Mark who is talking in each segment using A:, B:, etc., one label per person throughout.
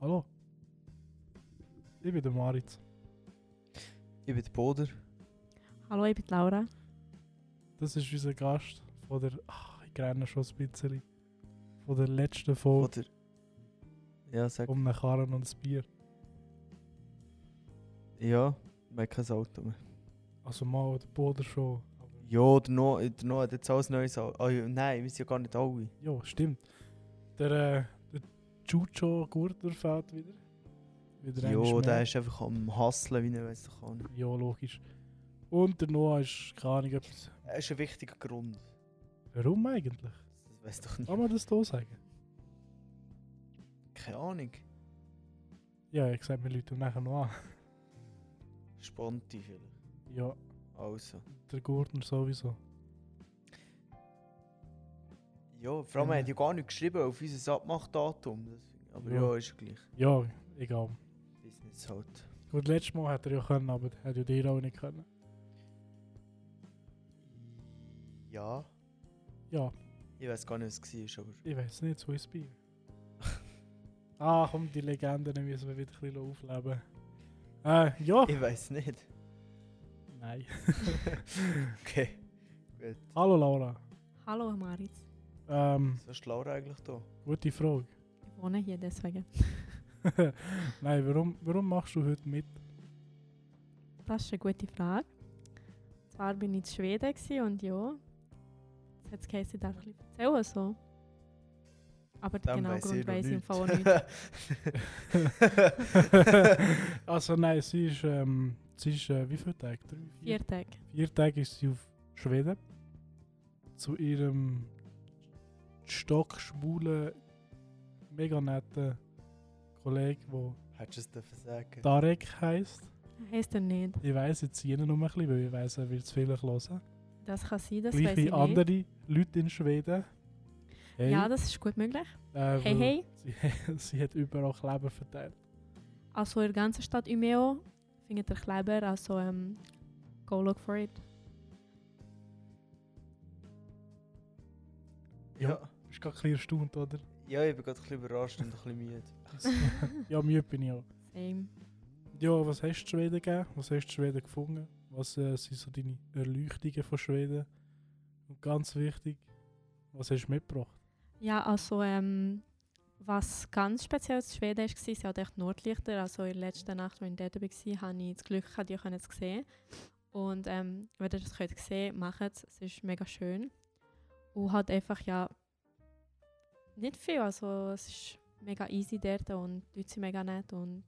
A: uh,
B: Ich bin der Maritz.
C: Ich bin der Boder.
D: Hallo, ich bin die Laura.
B: Das ist unser Gast von der. Ach, ich renne schon ein bisschen. Von der letzten Folge
C: Oder. Ja, sag.
B: um einen Karren und ein Bier.
C: Ja, wir haben kein Auto mehr.
B: Also mal der Boden schon. Aber
C: Ja, der Noah, der Noah hat jetzt alles Neues. Auto. Ah, ja, nein, wir sind ja gar nicht alle.
B: ja, stimmt. Der, äh, der Chucho Gurter fällt wieder. Wieder
C: Ja,
B: einmal
C: der
B: mehr.
C: ist einfach am Hasseln, wie er weiss doch auch nicht.
B: Ja, logisch. Und der Noah ist keine Ahnung, etwas.
C: Das ist ein wichtiger Grund.
B: Warum eigentlich?
C: Das weiss doch nicht.
B: Kann man das hier sagen?
C: Keine Ahnung.
B: Ja, ich sage mir Leute nachher noch an.
C: Sponti vielleicht.
B: Ja,
C: Also.
B: der Gurtner sowieso.
C: Ja, vor allem, er hat ja gar nicht geschrieben auf unser Abmachdatum. Das- Aber ja,
B: Ja.
C: ist ja gleich.
B: Ja, egal.
C: Business halt.
B: Gut, letztes Mal hat er ja können, aber hat ja dir auch nicht können.
C: Ja.
B: Ja,
C: Ich weiß gar nicht, was es war, aber.
B: ich weiß nicht, so ist Bier. ah, komm, die Legenden müssen wir wieder ein bisschen aufleben. Äh, ja.
C: Ich weiß nicht.
B: Nein.
C: Okay.
B: Hallo Laura.
D: Hallo, Maritz.
B: Ähm,
C: So ist Laura eigentlich da.
B: gute Frage.
D: Ich wohne hier deswegen.
B: Nein, warum, warum machst du heute mit?
D: Das ist eine gute Frage. Und Zwar bin ich in Schweden gewesen und ja, jetzt hat es geheißen, ich darf ein bisschen erzählen. So. Aber den
C: Dann
D: genauen
C: weiss ich
D: Grund
C: noch
D: weiss ich Genau, im
C: nichts.
D: Fall auch nicht.
B: also nein, sie ist, ähm, sie ist äh, wie viele Tage? Drei,
D: Vier Tage.
B: vier Tage ist sie auf Schweden zu ihrem stockschwulen, mega netten Kollegen, der
C: Hättest du es dürfen sagen.
B: Tarek heisst.
D: Heißt er nicht.
B: Ich weiss, jetzt jeder noch ein bisschen, weil ich weiss, er wird es vielleicht hören.
D: Das kann sein, das
B: Gleich
D: weiss
B: wie
D: ich
B: andere
D: nicht.
B: Leute in Schweden. Hey,
D: Ja, das ist gut möglich.
B: äh,
D: Hey,
B: weil
D: hey.
B: Sie, sie hat überall Kleber verteilt.
D: Also in der ganzen Stadt Umeo findet ihr Kleber, also ähm, go look for it.
C: Ja.
B: Bist gerade ein bisschen erstaunt, oder?
C: Ja, ich bin gerade ein bisschen überrascht und ein bisschen müde.
B: ja, müde bin ich auch.
D: Same.
B: Ja, was hast du in Schweden gegeben? Was hast du in Schweden gefunden? Was äh, sind so deine Erleuchtungen von Schweden? Und ganz wichtig, was hast du mitgebracht?
D: Ja, also ähm, was ganz speziell in Schweden war, sind halt echt Nordlichter. Also in der letzten Nacht, als ich dort war, hatte ich das Glück, gehabt, die können zu sehen. Und ähm, wenn ihr das könnt sehen könnt, macht es. Es ist mega schön. Und halt einfach, ja, nicht viel. Also es ist mega easy dort und die Leute sind mega nett und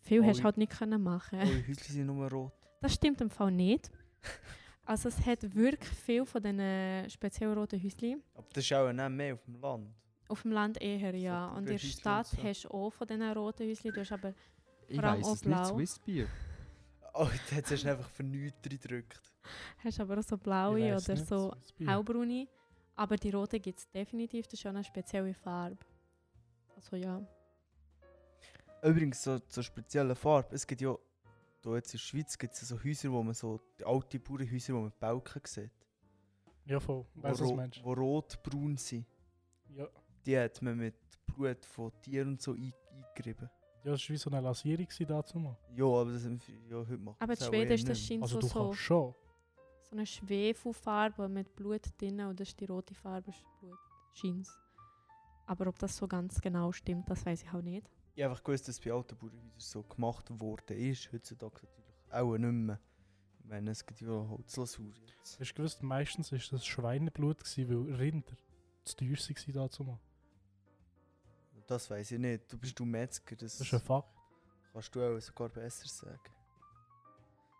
D: viel
C: Alle-
D: hast du halt nicht können machen.
C: Alle Häuschen sind nur rot.
D: Das stimmt im Fall nicht. Also es hat wirklich viel von diesen speziell roten Häuschen.
C: Aber das ist auch nicht mehr auf dem Land.
D: Auf dem Land eher, ja.
C: So
D: Und in der
C: British und
D: Stadt
C: so.
D: hast du auch von diesen roten Häuschen. Du hast aber,
A: Ich
D: Vor allem
A: weiss
D: auch
A: es nicht,
D: blau.
A: Swiss Beer.
C: Oh, jetzt hat es einfach für nichts gedrückt.
D: hast aber auch so
B: Ich
D: blaue
B: weiss
D: oder
B: nicht,
D: so
B: das Bier.
D: hellbraune. Aber die roten gibt es definitiv. Das ist ja eine spezielle Farbe. Also ja.
C: Übrigens, so so spezielle Farbe. Es gibt ja, hier jetzt in der Schweiz gibt es so Häuser, wo man so die alte Bauernhäuser, wo man die Balken sieht.
B: Ja, voll.
C: Wo,
B: Weißt du, was
C: ro
B: meinst
C: wo rot-braun sind.
B: Ja.
C: Die hat man mit Blut von Tieren und so ein eingerieben.
B: Ja, das war wie so eine Lasierung dazu mal.
C: Ja, aber das haben wir- ja, heute macht
D: Aber in
C: das auch
D: Schweden
C: eher
D: ist das
C: nicht
D: scheint
B: Also
D: so,
B: du
D: so,
B: kannst schon.
D: so eine Schwefelfarbe mit Blut drin. Und das ist die rote Farbe, ist Blut. Scheint's. Aber ob das so ganz genau stimmt, das weiß ich auch nicht.
C: mehr. Ich habe einfach gewusst, dass bei alten Bauernhäusern so gemacht worden ist. Heutzutage natürlich auch nicht mehr. Ich meine, es gibt ja halt Holzlasur jetzt.
B: Hast du gewusst, meistens war das Schweineblut, gewesen, weil Rinder zu teuer waren dazu mal.
C: Das weiß ich nicht. Du bist du Metzger, das,
B: Das ist ein Fakt.
C: kannst du auch sogar besser sagen.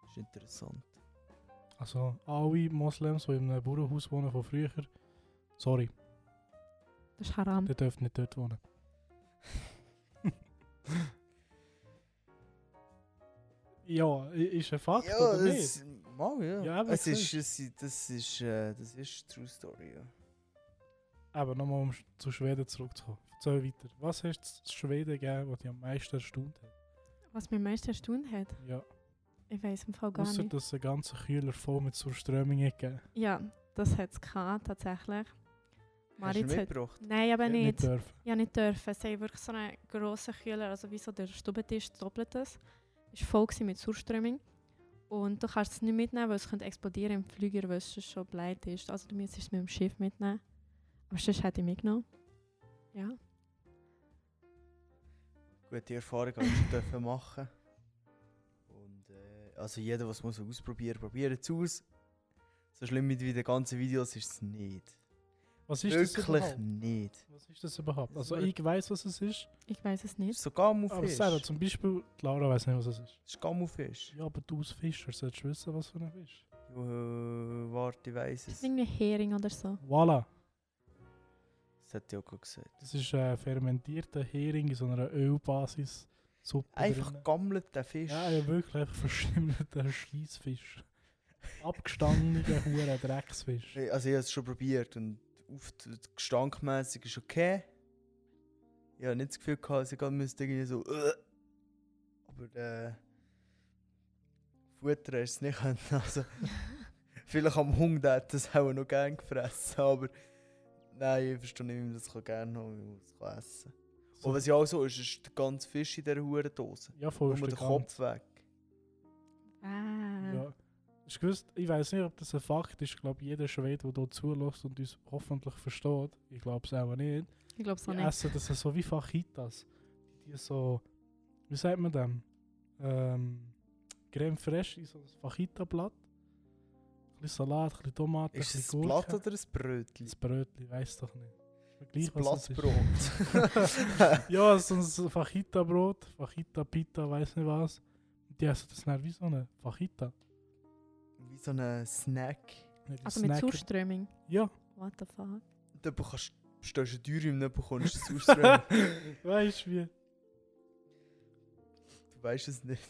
C: Das ist interessant.
B: Also alle Moslems, die in einem Bauernhaus wohnen von früher, sorry,
D: Das ist haram.
B: die dürfen nicht dort wohnen. ja, i- ist ein Fakt, oder nicht?
C: das, mal, ja.
B: Ja, aber
C: es
B: das
C: ist, es, ist- das ist, äh, das ist True Story, ja.
B: Aber nochmal, um sch- zu Schweden zurückzukommen. Erzähl weiter. Was hast du in Schweden gegeben, was dich am meisten erstaunt hat?
D: Was mich am meisten erstaunt hat,
B: Ja,
D: ich weiß im Fall gar
B: außer
D: nicht.
B: dass es einen ganzen Kühler voll mit so Strömungen gegeben
D: Ja, das hat es tatsächlich.
C: Hast du ihn
D: Maritz hat...
C: mitgebracht?
D: Nein, eben nicht.
B: Nicht dürfen.
D: Ja, nicht dürfen. Es haben wirklich so einen grossen Kühler, also wie so der Stubentisch doppeltes. Es war voll gewesen mit Sauerströmung. Und du kannst es nicht mitnehmen, weil es könnte explodieren im Flüger, weil es sonst schon bleibt ist. Also du müsstest es mit dem Schiff mitnehmen. Aber sonst hätte ich mitgenommen. Ja.
C: Gute Erfahrung habe ich schon dürfen machen. Und äh, also jeder, was muss ausprobieren, probiert es aus. So schlimm wie die ganzen Videos ist es nicht.
B: Was ist das
C: Wirklich
B: überhaupt?
C: nicht.
B: Was ist das überhaupt?
C: Das
B: Also
C: war-
B: ich weiß, was es ist,
D: Ich weiß es nicht.
C: Es ist so Gammelfisch.
B: aber
C: Es
B: Sarah
C: ist
B: zum Beispiel, Laura weiß nicht, was es ist.
C: Gammelfisch.
B: Ja, aber du als Fischer solltest wissen, was für ein Fisch.
C: Äh, warte, ich weiss
D: Ist
C: es.
D: es irgendwie Hering oder so?
B: Voilà,
C: Das hat ja gut gesagt.
B: das ist ein fermentierter Hering in so einer Ölbasis. Suppe
C: Einfach
B: drin.
C: gammelt der Fisch.
B: Ja, ja, wirklich einfach verschimmelter Scheißfisch. Abgestandener hure Drecksfisch.
C: Hey, Also ich habe es schon probiert und auf gestankmäßig ist okay. Ich habe nicht das Gefühl gehabt, dass ich gerade müsste irgendwie so. "Ugh." Aber äh, Futter hast du es nicht können. Also, vielleicht am Hunger hat das auch noch gern gefressen, aber nein, ich verstehe nicht, wie man das kann gerne haben, wie man das kann essen kann.
B: So-
C: Und was ja auch so ist, ist der ganze Fisch in dieser Hurendose.
B: ja,
C: Nur
B: voll Oh, ist
C: den
B: der Gang.
C: Kopf weg.
D: Ah.
B: Ja. Hast du gewusst, ich weiß nicht, ob das ein Fakt ist. Ich glaube, jeder Schwede, der hier zulässt und uns hoffentlich versteht, ich glaube es auch nicht,
D: Ich glaube es
B: die
D: auch nicht.
B: essen also das so wie Fajitas. Die, die so, wie sagt man dem? Ähm, Creme fraiche in so ein Fajita-Blatt. Ein bisschen Salat, ein bisschen Tomaten,
C: Ist
B: ein
C: es
B: bisschen
C: ein Blatt
B: Gurke.
C: oder ein Brötchen?
B: Das Brötchen, weiss doch nicht. Ist mir
C: Ein
B: gleich, was es ist.
C: Blattbrot.
B: Ja, so ein Fajita-Brot, Fajita-Pita, weiß nicht was. Und die essen das dann wie so eine Fajita.
C: wie so ein Snack.
B: Nicht
D: Also mit
B: snacken.
D: Sauerströmung.
B: Ja.
D: What the fuck?
C: Dann bekommst bestellst du eine Tür und dann bekommst du es ausströmen.
B: Weißt du wie?
C: du weißt es nicht.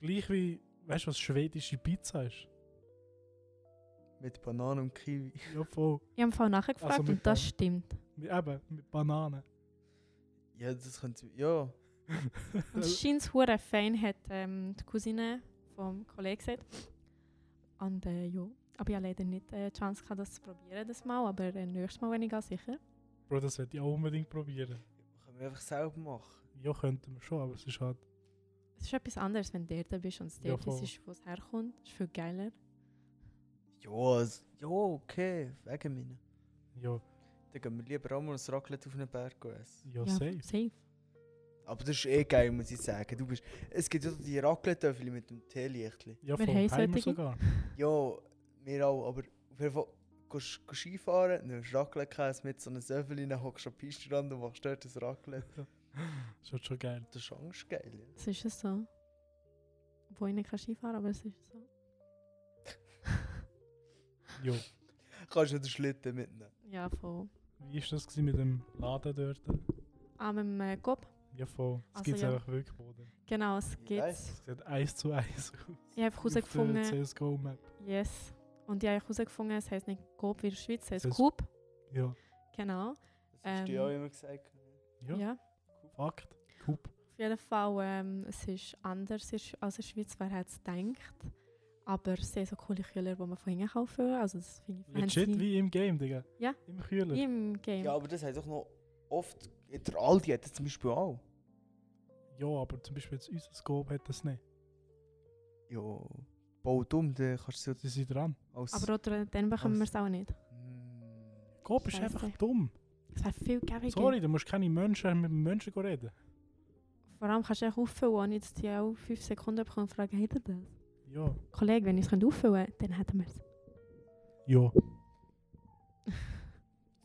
B: Gleich wie, weißt du, was schwedische Pizza ist?
C: Mit Bananen und Kiwi.
B: Ja, voll.
D: Ich habe im Fall nachgefragt
B: Also mit
D: und das
B: dem-
D: stimmt.
B: Mit, eben, mit Bananen.
C: Ja, das könnte. Ja.
D: Und
B: Äh,
D: es scheint hure fein, hat ähm, die Cousine vom Kollegen gesagt. Und äh, ja, aber ich habe leider nicht äh, die Chance gehabt, das zu probieren, das Mal. Aber äh, nächstes Mal, wenn ich gehe, sicher.
B: Bro, das hätte ich auch unbedingt probieren.
C: Können wir einfach selber machen.
B: Ja, könnten wir schon, aber es ist halt.
D: Es ist etwas anderes, wenn du dort bist und es
B: Ja,
D: dort
B: voll.
D: ist, wo es herkommt. ist viel geiler.
C: Ja, also, ja, okay. Wegen mir.
B: Ja,
C: Dann gehen wir lieber einmal ein Raclette auf einen Berg essen.
B: ja, safe.
D: safe.
C: Aber das ist eh geil, muss ich sagen. Du bist, es gibt ja die raclette mit dem Teelichtli.
B: Ja,
D: Wir
B: voll.
D: haben
B: Haben wir
D: solche.
B: sogar.
C: Ja, wir auch, aber auf jeden Fall. Gehst gehst Skifahren, nimmst Raclette-Käse mit so einem Söffel, dann hockst du am Pistenrand und machst dort ein Raclette.
B: Das ist schon geil.
C: Das ist schon geil, ja.
D: Es ist es so. Obwohl ich nicht kann Skifahren aber es ist so.
B: Ja.
C: Kannst du den Schlitten mitnehmen?
D: Ja, voll.
B: Wie war das gewesen mit dem Laden dort?
D: Ah, mit dem äh, Gob.
B: Ja, voll. Das
D: Also,
B: gibt es
D: ja.
B: einfach wirklich. Boden.
D: Genau, es gibt
C: weiss.
D: es.
B: Es sieht eins zu eins
D: Ich habe
B: aus. Auf der
D: herausgefunden,
B: CSGO-Map.
D: yes. Und ich habe herausgefunden, es heisst nicht Gob wie in der Schweiz, es
B: Es
D: heisst
B: heisst-
D: Coop.
B: Ja.
D: Genau.
C: Das hast du
D: Ähm.
C: ja auch immer gesagt.
B: Ja.
D: ja.
B: Fakt. Coop.
D: Auf jeden Fall, ähm, es ist anders in Sch- als in der Schweiz, wer hätte es gedacht. Aber es sind so coole Kühler, die man von hinten kaufen kann. Also das finde ich
B: Legit
D: fancy.
B: wie im Game, Digga.
D: Ja.
B: Im Kühler.
D: Wie im Game.
C: Ja, aber das hat doch noch oft.
D: äh,
C: Der Aldi hat das zum Beispiel auch.
B: Ja, aber zum Beispiel jetzt unser Scope hat das nicht.
C: Ja, baut um, dann kannst du es
B: Sie sind dran.
C: ja als.
D: Aber oder, dann bekommen wir es auch nicht.
C: Mm.
B: Coop ist
D: Scheiße.
B: einfach dumm.
D: Es wäre viel gäbiger.
B: Sorry, du musst keine Menschen mit Menschen go reden.
D: Vor allem kannst du auch auffüllen, ohne dass die auch 5 Sekunden bekommen und fragen, hätte das?
B: Ja.
D: Kollege, wenn ihr es könnt auffüllen könnt, dann hätten wir es.
B: Ja.
C: Hm,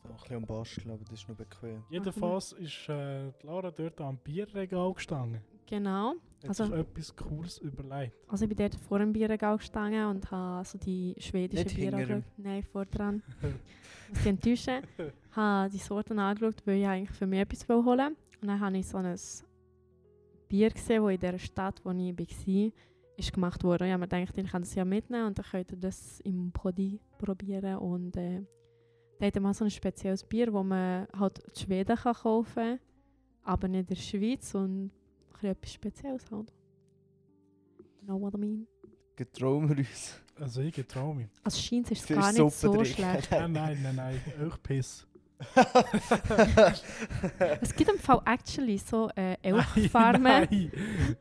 C: So ein bisschen am Basteln, aber das ist noch bequem.
B: Jedenfalls ist äh, die Laura dort am Bierregal gestanden.
D: Genau.
B: Hat
D: Also-
B: sich etwas Cooles überlegt.
D: Also ich bin dort vor dem Bierregal gestanden und habe so die schwedische
C: Nicht
D: Biere
C: hinter ihm.
D: angeschaut. Nein, vor dran. Muss ich enttäuschen. habe die Sorten angeschaut, weil ich eigentlich für mich etwas holen wollte. Und dann habe ich so ein Bier gesehen, das in der Stadt, wo ich war, ist gemacht wurde. Und ich habe mir gedacht, ich kann das ja mitnehmen und dann könnt ihr das im Podi probieren. Und äh, da hat mal so ein spezielles Bier, das man halt in Schweden kann kaufen kann, aber nicht in der Schweiz. Und ein bisschen etwas Spezielles halt. You know what I mean?
C: Getrauen wir uns.
B: Also ich getraue mich.
D: Also scheint ist es
C: Für
D: gar nicht
C: Suppe
D: so
C: trinken.
D: schlecht.
B: Nein, nein, nein, nein. Euch Piss.
D: Es gibt im Fall actually so äh,
B: Nein,
D: Elchfarmen.
B: Nein,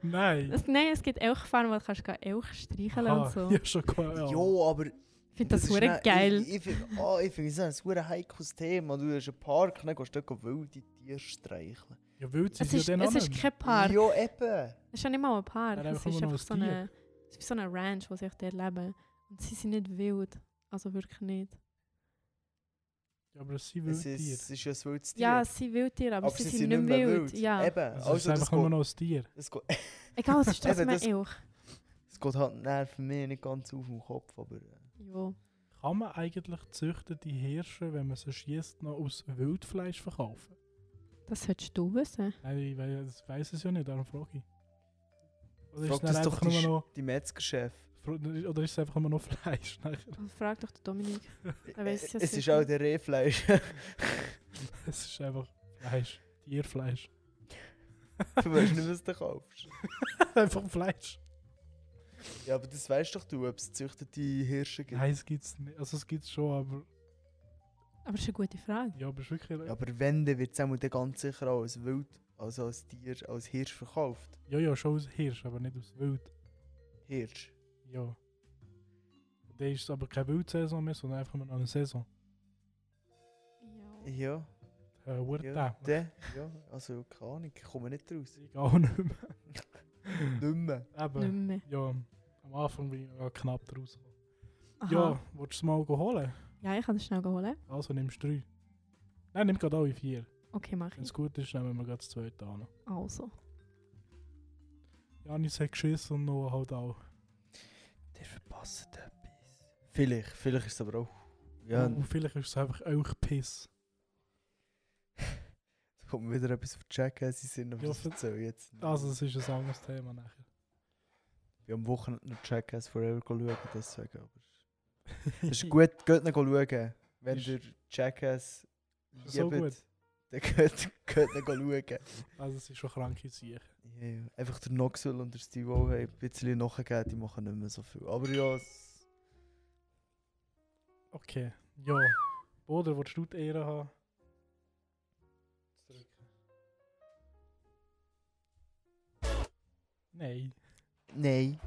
B: nein.
D: Es- Nein, es gibt Elchfarmen, wo du kannst gehen Elch streicheln
B: Aha,
D: und so.
B: Ja, schon klar. Ja.
C: jo, aber
D: Ich finde das
C: ist
D: super
C: nicht-
D: geil.
C: Ich, ich finde, ah, ich finde, das ist ein super heikles Thema. Du hast einen Park, dann gehst du dort wilde Tiere streicheln.
B: Ja, wild sind
D: Es
B: sie
D: ist,
B: ja dann
D: es
B: auch
D: ist
B: nicht.
D: kein Park.
C: Ja, eben.
D: Es ist ja nicht mal ein Park.
B: Ja,
D: Es
B: einfach nur
D: ist
B: noch
D: einfach
B: ein
D: so eine, es ist wie so eine Ranch, wo sie echt dort leben. Und sie sind nicht wild. Also wirklich nicht.
B: Ja, aber es sind
C: Es
B: wilde
C: ist,
B: Tiere.
C: es ist ein wildes Tier.
D: Ja, es sind Wildtiere, aber, sie, sind nicht mehr wild. Ja.
C: Eben.
B: Es
C: Also,
B: ist
C: das,
B: einfach nur
C: geht,
B: noch ein Tier.
C: das, geht,
D: Egal, es ist trotzdem
C: Eben,
D: ein
C: das-
D: Elch.
C: das geht halt nein, für mich nicht ganz auf den Kopf, aber... äh,
D: Ja.
B: Kann man eigentlich züchtete Hirsche, wenn man sie schießt, noch aus Wildfleisch verkaufen?
D: Das solltest du wissen.
B: Nein, ich weiß, das weiss es ja nicht, darum frage ich. Oder ist,
C: Frag
B: es
C: das
B: dann
C: doch
B: einfach
C: die,
B: nur
C: Sch-
B: noch,
C: die Metzgerchef.
B: Fr- oder ist es einfach nur noch Fleisch? nachher?
D: Also frag doch den Dominik. Er weiss es ja
C: äh, Es ist
D: sicher.
C: auch der Rehfleisch.
B: es ist einfach Fleisch. Tierfleisch.
C: du weißt nicht, was du kaufst.
B: einfach Fleisch.
C: Ja, aber das weißt doch du, ob es züchtete Hirsche gibt.
B: Nein, es gibt es nicht. Also es gibt es schon, aber...
D: Aber das ist eine gute Frage.
B: Ja, aber es ist wirklich...
C: Ja, aber wenn, dann wird es auch ganz sicher auch als Wild, also als Tier, als Hirsch verkauft.
B: Ja, ja, schon aus Hirsch, aber nicht aus Wild.
C: Hirsch.
B: Ja. Dann ist es aber keine Wildsaison mehr, sondern einfach nur noch eine Saison.
D: Ja.
C: Ja,
B: Äh,
C: ja.
B: Urteil.
C: Der, ja. Also, keine Ahnung, ich komme nicht raus.
B: Ich gehe auch nicht mehr.
C: Nicht mehr.
B: Eben.
D: Nicht mehr.
B: Ja, am Anfang bin ich ja knapp draus.
D: Aha.
B: Ja, willst du es mal holen?
D: Ja, ich kann das schnell holen.
B: Also nimmst du drei. Nein, nimm gerade alle vier.
D: Okay, mach
B: Wenn
D: ich.
B: es gut ist, nehmen wir gerade das zweite an.
D: Also.
B: Janis hat geschissen und Noah halt auch.
C: Der verpasst etwas. Vielleicht, vielleicht ist es aber auch. Ja,
B: Und vielleicht ist es einfach auch Piss.
C: jetzt kommt mir wieder etwas für Checken, sie sind aber
B: Ja,
C: das
B: für-
C: erzähl ich jetzt. nicht.
B: Also, das ist ein anderes Thema nachher.
C: Ich bin am Wochenende noch Jackass Forever schauen, deswegen. Aber es ist gut, geht noch schauen. Wenn
B: Ist-
C: ihr Jackass liebt,
B: Ist so gut.
C: dann geht, geht noch schauen.
B: Also, es ist schon kranke Sache.
C: Ja, ja. Einfach der Noxel und der Steve O haben ein bisschen nachgegeben, die machen nicht mehr so viel. Aber ja, es-
B: Okay, ja. Oder willst du die Ehre haben? Zu drücken. Nein.
C: nein.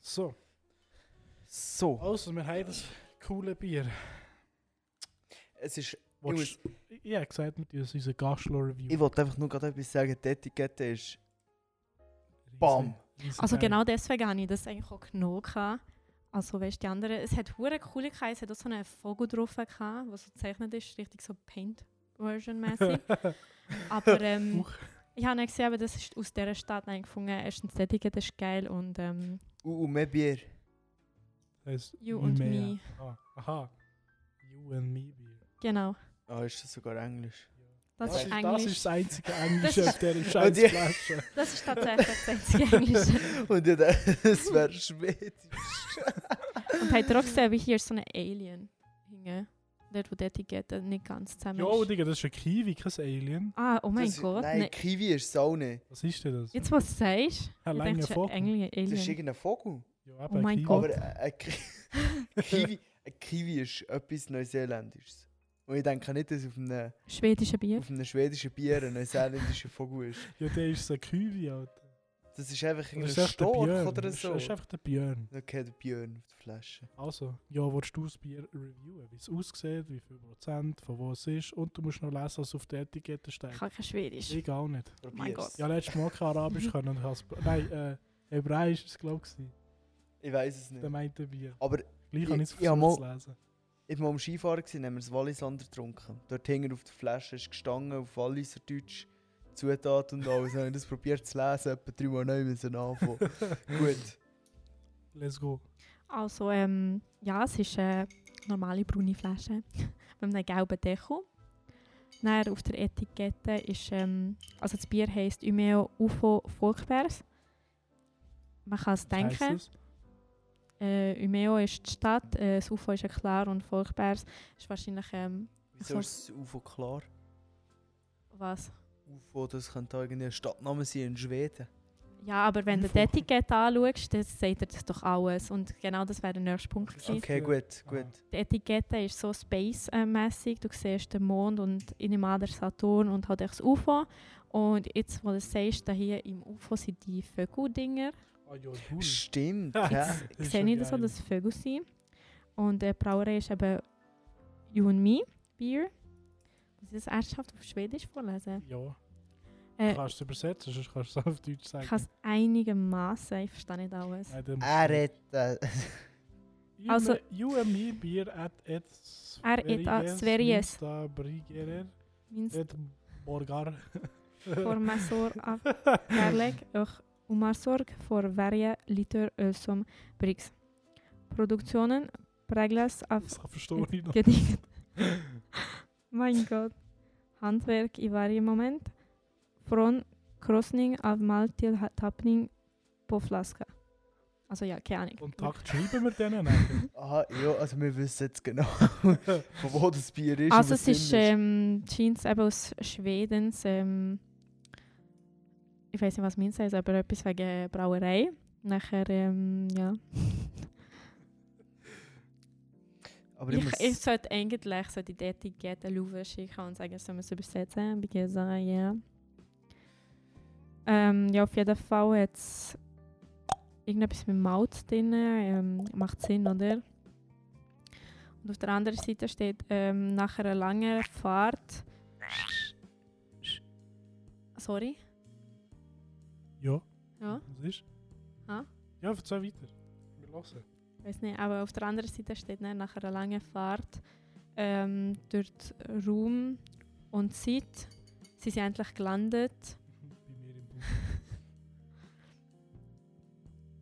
B: So,
C: So.
B: also wir haben das coole Bier.
C: Es ist,
B: Willst, ich ich habe gesagt, wir tun uns unseren
C: ich
B: Gastlo-Review.
C: wollte einfach nur gerade etwas sagen. Die Etikette ist BAM.
B: Riesen-
D: Also
B: riesen-
D: genau deswegen habe ich das eigentlich auch genommen. gehabt. Also weißt die anderen, es hat hure coole gehabt, es hat auch so einen Vogel drauf gehabt, der so gezeichnet ist, richtig so Paint-Version-mäßig. aber ähm,
B: Uch.
D: ich habe dann gesehen, aber das ist aus dieser Stadt eigentlich gefunden. Erstens, das Etikett ist geil und ähm,
C: Uh, und mehr Bier.
B: Das heisst
D: You and
B: mehr.
D: Me.
B: Ah, aha. You and Me Bier.
D: Genau,
C: Ah, ist das sogar Englisch?
D: das
C: Das
D: ist
C: ist-
B: das
D: Englisch.
B: ist das einzige Englische
D: ist-
B: auf dieser
C: Und die-
B: Scheißflasche.
D: Das ist tatsächlich das einzige Englische.
C: Und ja, das wäre Schwedisch.
D: Und habt ihr auch gesehen, wie hier ist so ein Alien hingen? Dort, wo die Etikette nicht ganz zusammen
B: Jo,
D: ist.
B: Digga, das ist ein Kiwi, kein Alien.
D: Ah, oh mein
C: das,
D: Gott.
C: Nein,
D: ne-
C: Kiwi ist es auch nicht.
B: Was ist denn das?
D: Jetzt, was du sagst,
B: Ein
D: ich
B: langer
D: denke, es ist ein
B: Vogel.
D: Engel-
C: Das
D: Alien.
C: ist irgendein Vogel.
B: Ja, eben,
D: Oh
B: ein
D: mein
B: Kiwi.
D: Gott.
C: Aber äh, ein Ki Kiwi, ein Kiwi ist etwas Neuseeländisches. Und ich denke nicht, dass auf einem,
D: Schwedische Bier.
C: auf einem schwedischen Bier ein neuseeländischer Vogel ist.
B: Ja, der ist ein Kiwi, Alter.
C: Das ist einfach
B: Das ist
C: ein
B: echt der
C: Storch
B: Björn.
C: oder
B: Das ist-
C: so.
B: das ist einfach der Björn.
C: Okay, der Björn auf der Flasche.
B: Also, ja, willst du das Bier reviewen? Wie es aussieht, wie viel Prozent, von wo es ist. Und du musst noch lesen, was auf der Etikette
D: Ich
B: steht.
D: kann kein Schwedisch.
B: Ich auch nicht.
C: Probier's.
D: Gott.
B: Ja, letztes Mal kein Arabisch können. Und ich hab's- nein, äh, Hebräisch war es, glaube ich.
C: Ich weiß es nicht.
B: Der meinte Bier.
C: Aber
B: Gleich habe ich es
C: Ich- ich hab
B: versucht zu lesen.
C: ich war am Skifahren, gewesen, haben wir das Wallisander getrunken. Dort hing auf der Flasche, ist gestanden auf Walliserdeutsch, Zutat und alles. Dann habe ich das probiert zu lesen, etwa dreimal neu müssen anfangen. Gut.
B: Let's go.
D: Also, ähm, ja, es ist eine normale braune Flasche mit einem gelben Deckel. Dann auf der Etikette ist, ähm, also das Bier heisst Umeo UFO Volkbergs. Man kann es
B: Was heisst
D: denken,
B: das?
D: Äh, Umeå ist die Stadt, äh, das UFO ist ja klar und Volkbergs ist wahrscheinlich ähm,
C: Wieso ist das UFO klar?
D: was.
C: UFO, das könnte auch irgendwie ein Stadtname sein in Schweden.
D: Ja, aber wenn du die
B: UFO.
D: Etikette anschaust, dann sagt er das doch alles. Und genau das wäre der nächste Punkt gewesen.
C: Okay, gut, gut.
B: Ah,
D: Die Etikette ist so space-mässig. Du siehst den Mond und in dem anderen Saturn und halt auch das UFO. Und jetzt, wo du sagst, da hier im UFO sind die Vögeldinger,
B: Ah, ja, cool.
C: Stimmt,
B: Ja.
C: ja.
B: Das ist
D: sehe
B: schon
D: ich das auch,
B: geil.
D: dass es Vögel sind. Und die Brauerei ist eben You and Me Beer. Muss ich das ernsthaft auf Schwedisch vorlesen?
B: Ja,
D: Äh,
B: kannst du es übersetzen, sonst kannst du es auf Deutsch sagen.
D: ich kann es einigermaßen, ich verstehe nicht alles.
B: Nein, dann-
C: Er hat. äh,
B: You
D: Also-
B: ma- you and me beer at et
D: Er et at Sveriges.
B: Da brigerer
D: Minst
B: et borgar.
D: vor Messor av kärlek och omarsorg för varje liter öl som bryggs. Produktionen präglas av
B: Das verstehe ich noch.
D: gediget. mein Gott. Handwerk i varje moment. Från krossning av malt till ha- tappning på flaska. Alltså ja, keine Ahnung.
B: Kontakt schreiben wir denen nachher.
C: Aha, ja, also wir wissen jetzt genau, von wo das Bier ist. und
D: Also
C: was
D: es ist
C: drin
D: ähm, Jeans eben aus Schweden. Ähm, ich weiß nicht, was meins heißt, aber etwas wegen Brauerei. Nachher, ähm, ja.
C: Aber ich,
D: Ich,
C: muss,
D: ich sollte eigentlich so die Etikette Louve schicken und sagen, soll man es übersetzen? Because, uh, yeah. Ähm, ja, auf jeden Fall hat es irgendetwas mit Malz drin. Ähm, macht Sinn, oder? Und auf der anderen Seite steht, ähm, nach einer langen Fahrt... Sorry?
B: Ja.
D: Ja.
B: Was ist?
D: Ah.
B: Ja, erzähl weiter. Wir hören.
D: weiß nicht, aber auf der anderen Seite steht dann nach einer langen Fahrt ähm, durch Raum und Zeit. Sie sind endlich gelandet.
B: Bei mir im Bus.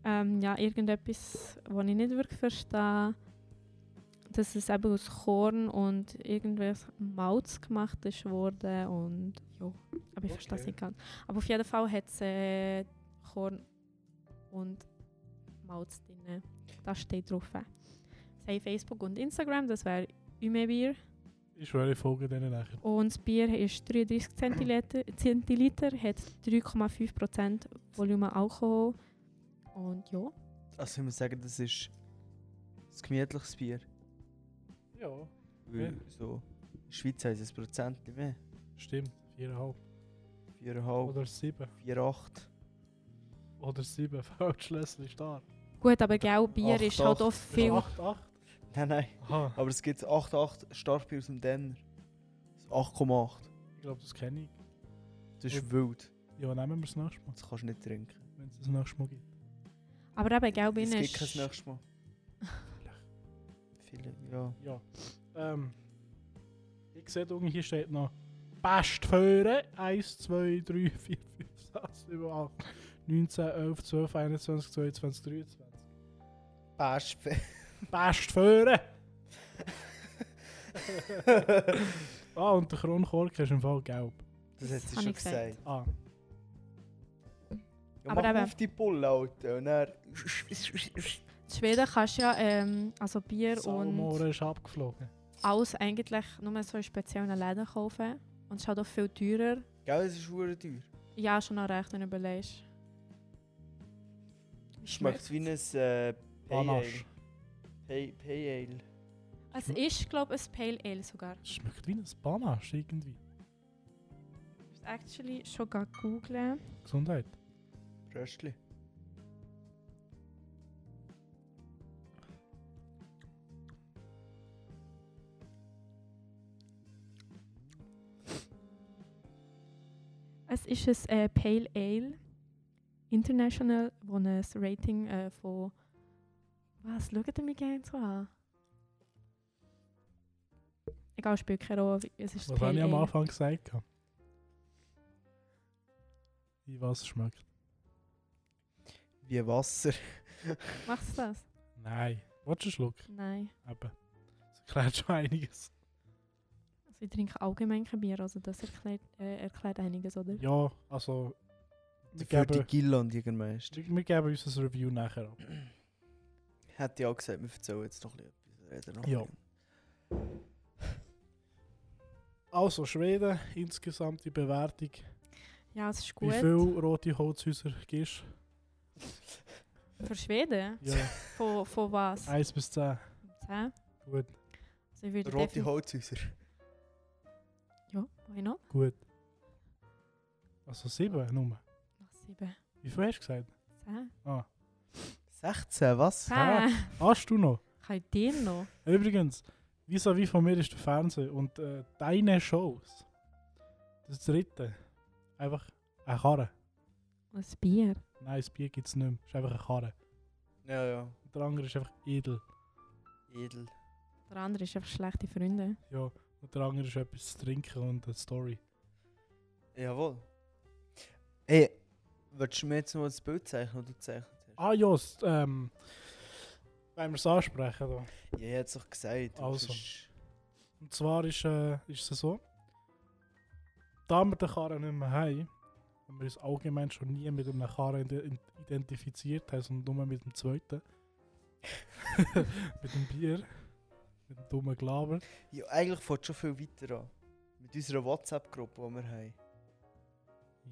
D: Ähm, ja, irgendetwas, was ich nicht wirklich verstehe, dass es eben aus Korn und irgendwas Malz gemacht ist worden und ja, aber ich verstehe es
B: Okay.
D: nicht ganz. Aber auf jeden Fall hat es äh, Korn und Malz drin. Das steht drauf. Sei Facebook und Instagram, das wäre Ümebier.
B: Ich schwöre, ich folge denen nachher.
D: Und das Bier ist 33 Zentiliter, Zentiliter hat 3,5% Volumen Alkohol. Und ja,
C: also ich muss sagen, das ist ein gemütliches Bier.
B: Ja.
C: Weil so, in der Schweiz heisst es Prozent mehr.
B: Stimmt. 4,5.
C: 4,5,
B: Oder 7.
C: 4,8.
B: Oder 7. Falsch, Leslie Star.
D: gut, aber gell, Bier
C: Acht,
D: ist halt
C: acht.
D: auch viel.
B: 8, 8.
C: Nein, nein.
B: Aha.
C: Aber es gibt 8,8 Starkbier aus dem Denner. Das ist 8,8.
B: Ich glaube, das kenne ich.
C: Das ist wild.
B: Ja, nehmen wir das nächste Mal.
C: Das kannst du nicht trinken.
B: Wenn es das nächste Mal gibt.
D: Aber eben, gell,
C: Es
D: bin
C: gibt kein
D: ich.
C: nächstes Mal. Vielleicht. Ja.
B: Ja. Ähm. Ich sehe unten hier steht noch Best führen. 1, 2, 3, 4, 5, 6, 7, 8, 19, 11, 12, 21, 22, 23.
C: Best.
B: Best führen! Ah, und der Kronkork ist im Fall gelb.
C: das
D: Das
C: hat sie
D: hab
C: schon
D: ich gesagt.
C: gesagt.
B: Ah,
C: Ja,
D: Aber
C: mach
D: eben-
C: auf die Pulle, Alter. Und dann...
D: In Schweden kannst du ja, ähm, also Bier und
B: Salomore ist abgeflogen.
D: alles eigentlich nur so in speziellen Läden kaufen. Und es ist halt auch viel teurer.
C: Gell, es ist verdammt teuer.
D: Ja, schon noch recht, wenn du überlegst.
C: Schmeckt es wie ein... Äh, Pale Ale.
B: Panache.
C: Pale- Pale Ale.
D: Es ist, glaube ich, ein Pale Ale sogar.
B: Es Schmeckt wie ein Panache irgendwie.
D: Ich muss actually schon grad googlen.
B: Gesundheit.
C: Bröstchen.
D: Es ist ein äh, Pale Ale International, wo ein Rating äh, von. Was? Schaut ihr mich gerne so an? Egal, spielt keine Rolle. wie- Es ist
B: Was habe
D: Pale
B: ich am
D: Ale.
B: Anfang gesagt? gehabt? Wie was es schmeckt?
C: Wie Wasser.
D: Machst du das?
B: Nein. Willst du einen Schluck?
D: Nein.
B: Eben. Das erklärt schon einiges.
D: Also ich trinke allgemein kein Bier, also das erklärt, äh, erklärt einiges, oder?
B: Ja, also. Wir
C: Für die
B: geben,
C: Gilland Jägermeister.
B: wir geben uns ein Review nachher ab.
C: Hätte ich auch gesagt, wir erzählen jetzt noch ein bisschen etwas. Reden noch
B: Ja.
C: ein bisschen.
B: Also Schweden, insgesamt die Bewertung.
D: Ja, es ist
B: Wie
D: gut.
B: viele rote Holzhäuser gibst
D: Für Schweden?
B: Ja,
D: Von, von was?
B: 1 bis 10.
D: Hä?
B: Gut,
D: Also ich würde
C: Rote
D: defin-
C: Holzhäuser.
D: Ja, why not?
B: gut. Also 7 nur.
D: Noch sieben.
B: Wie viel hast du gesagt?
D: Zehn.
B: Ah,
C: 16, was?
B: Zehn.
D: Zehn.
B: hast du noch?
D: Kann ich dir noch?
B: Übrigens, vis-à-vis von mir ist der Fernseher und äh, deine Shows, das dritte, einfach eine Karre.
D: Ein Bier.
B: Nein, das Bier gibt es nicht mehr. Es ist einfach eine Karre.
C: Ja, ja.
B: Und der andere ist einfach edel.
C: Edel.
D: Der andere ist einfach schlechte Freunde.
B: Ja. Und der andere ist etwas zu trinken und eine Story.
C: Jawohl. Hey, willst du mir jetzt noch das Bild zeichnen, das du gezeichnet hast?
B: Ah ja, s- ähm, wenn wir es ansprechen. Da.
C: Ja, ich hätte es doch gesagt. aber
B: Also.
C: sonst-
B: Und zwar ist, äh, ist es so, da wir den Karren nicht mehr haben, und wir uns allgemein schon nie mit einem Karren ide- in- identifiziert haben, sondern nur mit dem zweiten, mit dem Bier, mit dem dummen Glaber.
C: Ja, eigentlich fängt schon viel weiter an. Mit unserer WhatsApp-Gruppe, die wir haben.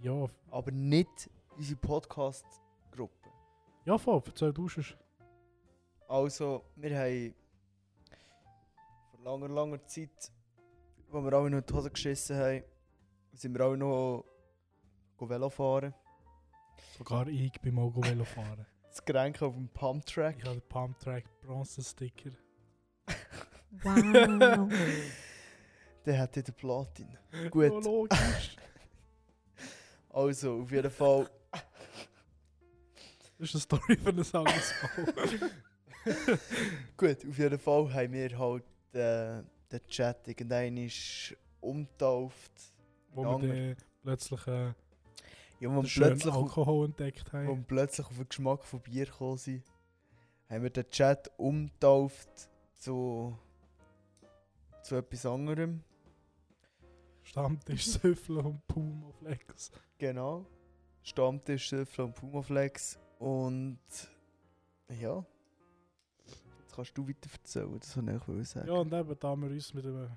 B: Ja, f-
C: Aber nicht unsere Podcast-Gruppe.
B: ja voll, erzähl du schon.
C: Also, wir haben vor langer, langer Zeit, wo wir alle noch in die Hose geschissen haben, sind wir alle noch go Velo fahren.
B: Sogar ich bin mal go Velo fahren.
C: Das Getränk auf dem Pumptrack.
B: Ich habe den Pumptrack Bronze-Sticker.
D: Wow.
C: Der hat den Platin.
B: Ja,
C: Gut.
B: logisch.
C: Also, auf jeden Fall.
B: Das ist eine Story für ein anderes Mal.
C: Gut, auf jeden Fall haben wir halt äh, den Chat irgendein umtauft.
B: Wo
C: Ja,
B: wir dann plötzlich äh,
C: Ja, wo wir
B: den schönen
C: plötzlich, wo
B: Alkohol entdeckt haben.
C: wir plötzlich auf den Geschmack von Bier gekommen sind, haben wir den Chat umtauft zu, zu etwas anderem.
B: Stammtisch Süffel und Puma Flex.
C: Genau. Stammtisch Söffel und Pumaflex. Und ja. Jetzt kannst du weiter erzählen, das wollte ich eigentlich sagen.
B: Ja, und eben, da wir uns mit dem,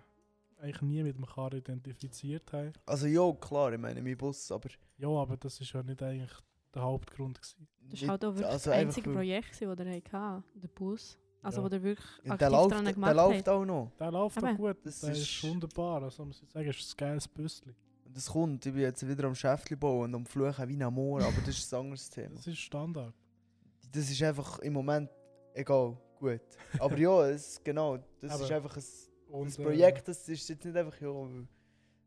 B: eigentlich nie mit dem Karren identifiziert haben.
C: Also ja, klar, ich meine, mein Bus, aber...
B: Ja, aber das ist ja nicht eigentlich der Hauptgrund. Gewesen.
D: Das war halt auch wirklich
C: also
D: das
C: einfach
D: einzige
C: weil-
D: Projekt, gewesen, das ihr hattet. Der Bus. Also,
B: Ja.
D: wo ihr wirklich
C: Ja,
D: aktiv
C: der läuft,
D: dran
C: der
D: gemacht
C: läuft
D: habt.
C: auch noch.
B: Der läuft doch
D: Eben.
B: gut,
C: Das
B: der ist,
C: ist-
B: wunderbar. Also muss ich sagen, es ist ein geiles Büssli.
C: Und es kommt, ich bin jetzt wieder am Schäftli bauen und am Fluchen wie ein Amor, aber das ist ein anderes Thema.
B: Das ist Standard.
C: Das ist einfach im Moment egal, gut. Aber ja, es, genau, das
B: Aber-
C: ist einfach ein,
B: Und, äh,
C: ein Projekt, das ist jetzt nicht einfach, ja, weil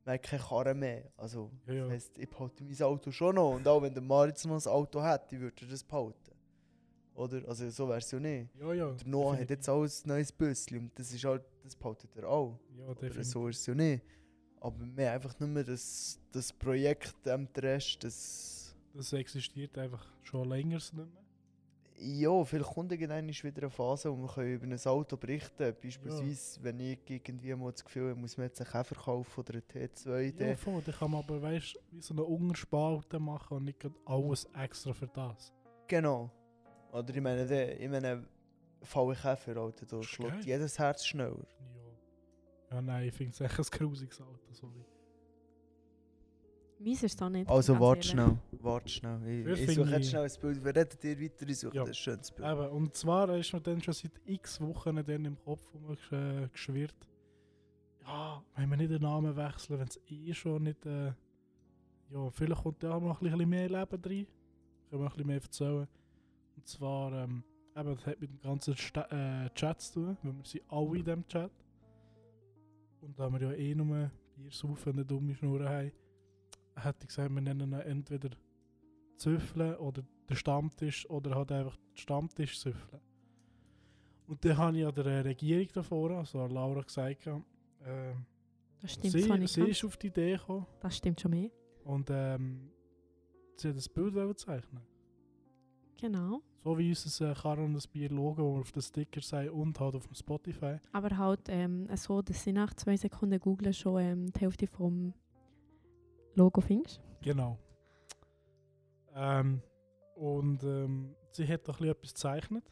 C: wir haben keine Karre mehr. Also,
B: äh, Ja, ja.
C: das heisst, ich behalte mein Auto schon noch und auch wenn der Maritz noch ein Auto hätte, ich würde er das behalten. Oder? Also, so wäre es ja nicht.
B: Äh, ja, ja.
C: Der Noah hat
B: definitiv.
C: jetzt auch ein neues Büsschen und das ist halt, das behaltet er auch.
B: Ja,
C: Oder
B: definitiv.
C: so ist es ja nicht. Aber mehr einfach nur das, das Projekt am Rest, das.
B: Das existiert einfach schon länger nicht mehr.
C: Ja, vielleicht kommt irgendwann wieder eine Phase, wo wir können über ein Auto berichten können. Beispielsweise, wenn ich irgendwie mal das Gefühl habe, muss man jetzt einen Käfer kaufen oder einen T2.
B: Ja,
C: dann-
B: voll. Da kann man aber, weißt du, wie so eine Unterspalte machen und nicht gerade alles extra für das.
C: Genau. Oder ich meine, der, ich meine, faule Käfer, Alter, da
B: Ist geil.
C: schlägt jedes Herz schneller.
B: Ja. Ja, nein, ich finde es echt ein grusiges Auto, sorry.
D: Meins ist es auch nicht.
C: Also
D: ganz
C: warte
D: ehrlich.
C: schnell, warte schnell.
B: Ich
C: Ich, ich suche
B: finde-
C: jetzt schnell ein Bild. Wir reden dir weiter, ich suche
B: Ja.
C: ein schönes Bild.
B: Eben, und zwar ist mir dann schon seit x Wochen dann im Kopf rumgesch- äh, geschwirrt. Ja, wenn wir nicht den Namen wechseln, wenn es eh schon nicht. Äh, ja, vielleicht kommt da noch ein bisschen mehr Leben rein. Können wir ein bisschen mehr erzählen. Und zwar, ähm, eben, das hat mit dem ganzen Sta äh, Chat zu tun, weil wir sind alle in diesem Chat. Und da wir ja eh nur Bier saufen und eine dumme Schnur haben, hätte ich gesagt, wir nennen ihn entweder Züffeln oder der Stammtisch oder halt einfach den Stammtisch süffeln. Und dann habe ich an der äh, Regierung davor, also an Laura gesagt, äh,
D: Das stimmt zwar
B: sie,
D: nicht.
B: sie
D: Ganz.
B: ist auf die Idee gekommen
D: Das stimmt schon mehr.
B: und ähm, sie hat ein Bild wollen zeichnen.
D: Genau.
B: So wie unser äh, Karren und das Bier Logo, wo wir auf den Sticker sei und halt auf dem Spotify.
D: Aber halt ähm, so, dass sie nach zwei Sekunden googeln schon ähm, die Hälfte vom Logo findest.
B: Genau. Ähm, und ähm, sie hat doch ein bisschen etwas gezeichnet.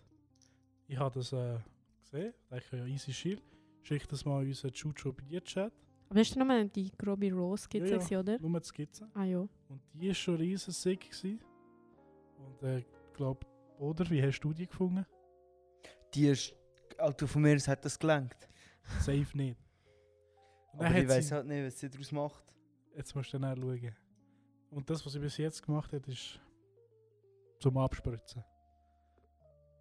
B: Ich habe das äh, gesehen. Ich ja easy chill. Schick das mal in unseren Chucho Chat.
D: Aber das war nur die grobe Rose-Skizze,
B: Ja, ja.
D: gewesen, oder?
B: Nur die Skizze.
D: Ah ja.
B: Und die war schon riesen sick. Gewesen. Und ich äh, glaube, oder wie hast du die gefunden?
C: Die ist. Alter, von mir aus hat das gelangt.
B: Safe nicht. Und dann
C: Aber ich
B: hat sie-
C: weiß halt nicht, was sie daraus macht.
B: Jetzt musst du dann auch schauen. Und das, was sie bis jetzt gemacht hat, ist zum Abspritzen.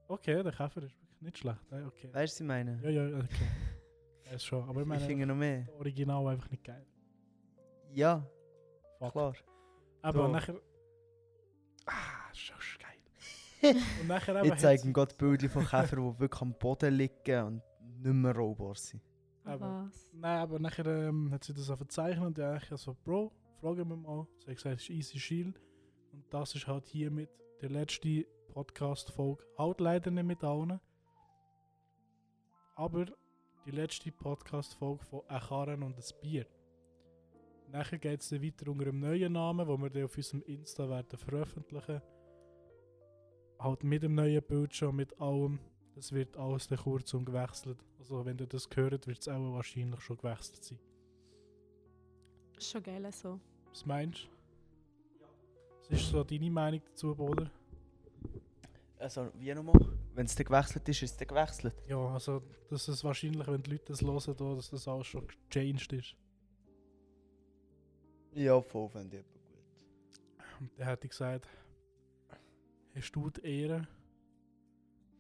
B: Okay, der Käfer ist wirklich nicht schlecht. Nein, okay.
C: Weißt du, was ich meine?
B: Ja, ja, okay. Weiß schon. Aber ich
C: ich
B: meine,
C: finde noch mehr.
B: das Original einfach nicht geil.
C: Ja,
B: Fuck.
C: klar.
B: Aber
C: Doch.
B: nachher. Ah, ist schon geil. Und nachher eben
C: Ich
B: hat
C: zeige
B: sie-
C: ihm gerade Bilder von Käfern, die wirklich am Boden liegen und nicht mehr rohbar sind.
B: Aber-
D: Was?
B: Nein, aber nachher ähm, hat sie das auch verzeichnet und dann habe ich so, Bro, fragen wir mal. Sie hat gesagt, es ist easy Shield. Und das ist halt hiermit der letzte Podcast-Folge. Halt leider nicht mit allen. Aber die letzte Podcast-Folge von «Ein Karren und ein Bier». Nachher geht es dann weiter unter einem neuen Namen, wo wir dann auf unserem Insta werden veröffentlichen. Halt mit dem neuen Bildschirm, mit allem. Das wird alles dann kurzum gewechselt. Also wenn ihr das hört, wird es auch wahrscheinlich schon gewechselt sein.
D: Ist schon geil so.
B: Was meinst du? Was ist so deine Meinung dazu, Boder?
C: Also, wie nochmal? Wenn es dann gewechselt ist, ist es dann gewechselt.
B: Ja, also dass es wahrscheinlich, wenn die Leute das hören, da, dass das alles schon gechanged ist.
C: Ja, voll, finde ich aber gut.
B: Und dann hätte ich gesagt, hast du die Ehre,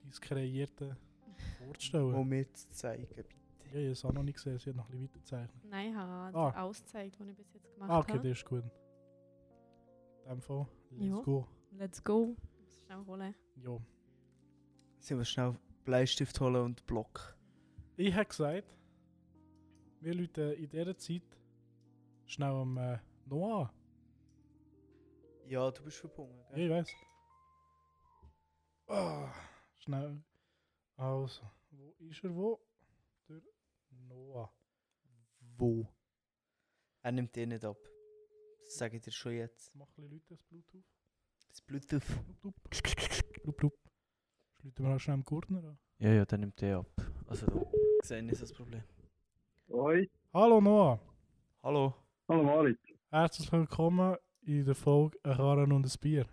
B: dein Kreierte vorzustellen?
C: Um mir zu zeigen, bitte.
B: Ja, ich habe es auch noch nicht gesehen, sie hat noch ein bisschen weitergezeichnet.
D: Nein, ich habe
B: Ah.
D: ah. ausgezeigt, was ich bis jetzt gemacht
B: Ah, okay,
D: habe.
B: das ist gut. In dem Fall, let's
D: Ja.
B: go.
D: Let's go. Ich muss Schnell holen.
B: Ja.
C: Sind wir schnell Bleistift holen und Block.
B: Ich habe gesagt, wir Leute in dieser Zeit schnell am äh, Noah.
C: Ja, du bist verbunden,
B: Ja, ich weiß. Ah, schnell. Also, wo ist er? Wo? Der Noah.
C: Wo? Er nimmt eh nicht ab. Das sage ich dir schon jetzt.
B: Mach ein bisschen Leute das Bluetooth.
C: Das Bluetooth.
B: Blub, blub. Blub, blub. Schlüten wir auch schnell am Gurtner an.
A: Ja, ja, dann nimmt der ab. Also da.
C: Gesehen ist das Problem.
E: Hoi.
B: Hallo Noah.
C: Hallo.
E: Hallo Marit.
B: Herzlich willkommen in der Folge Ein Karren und ein Bier.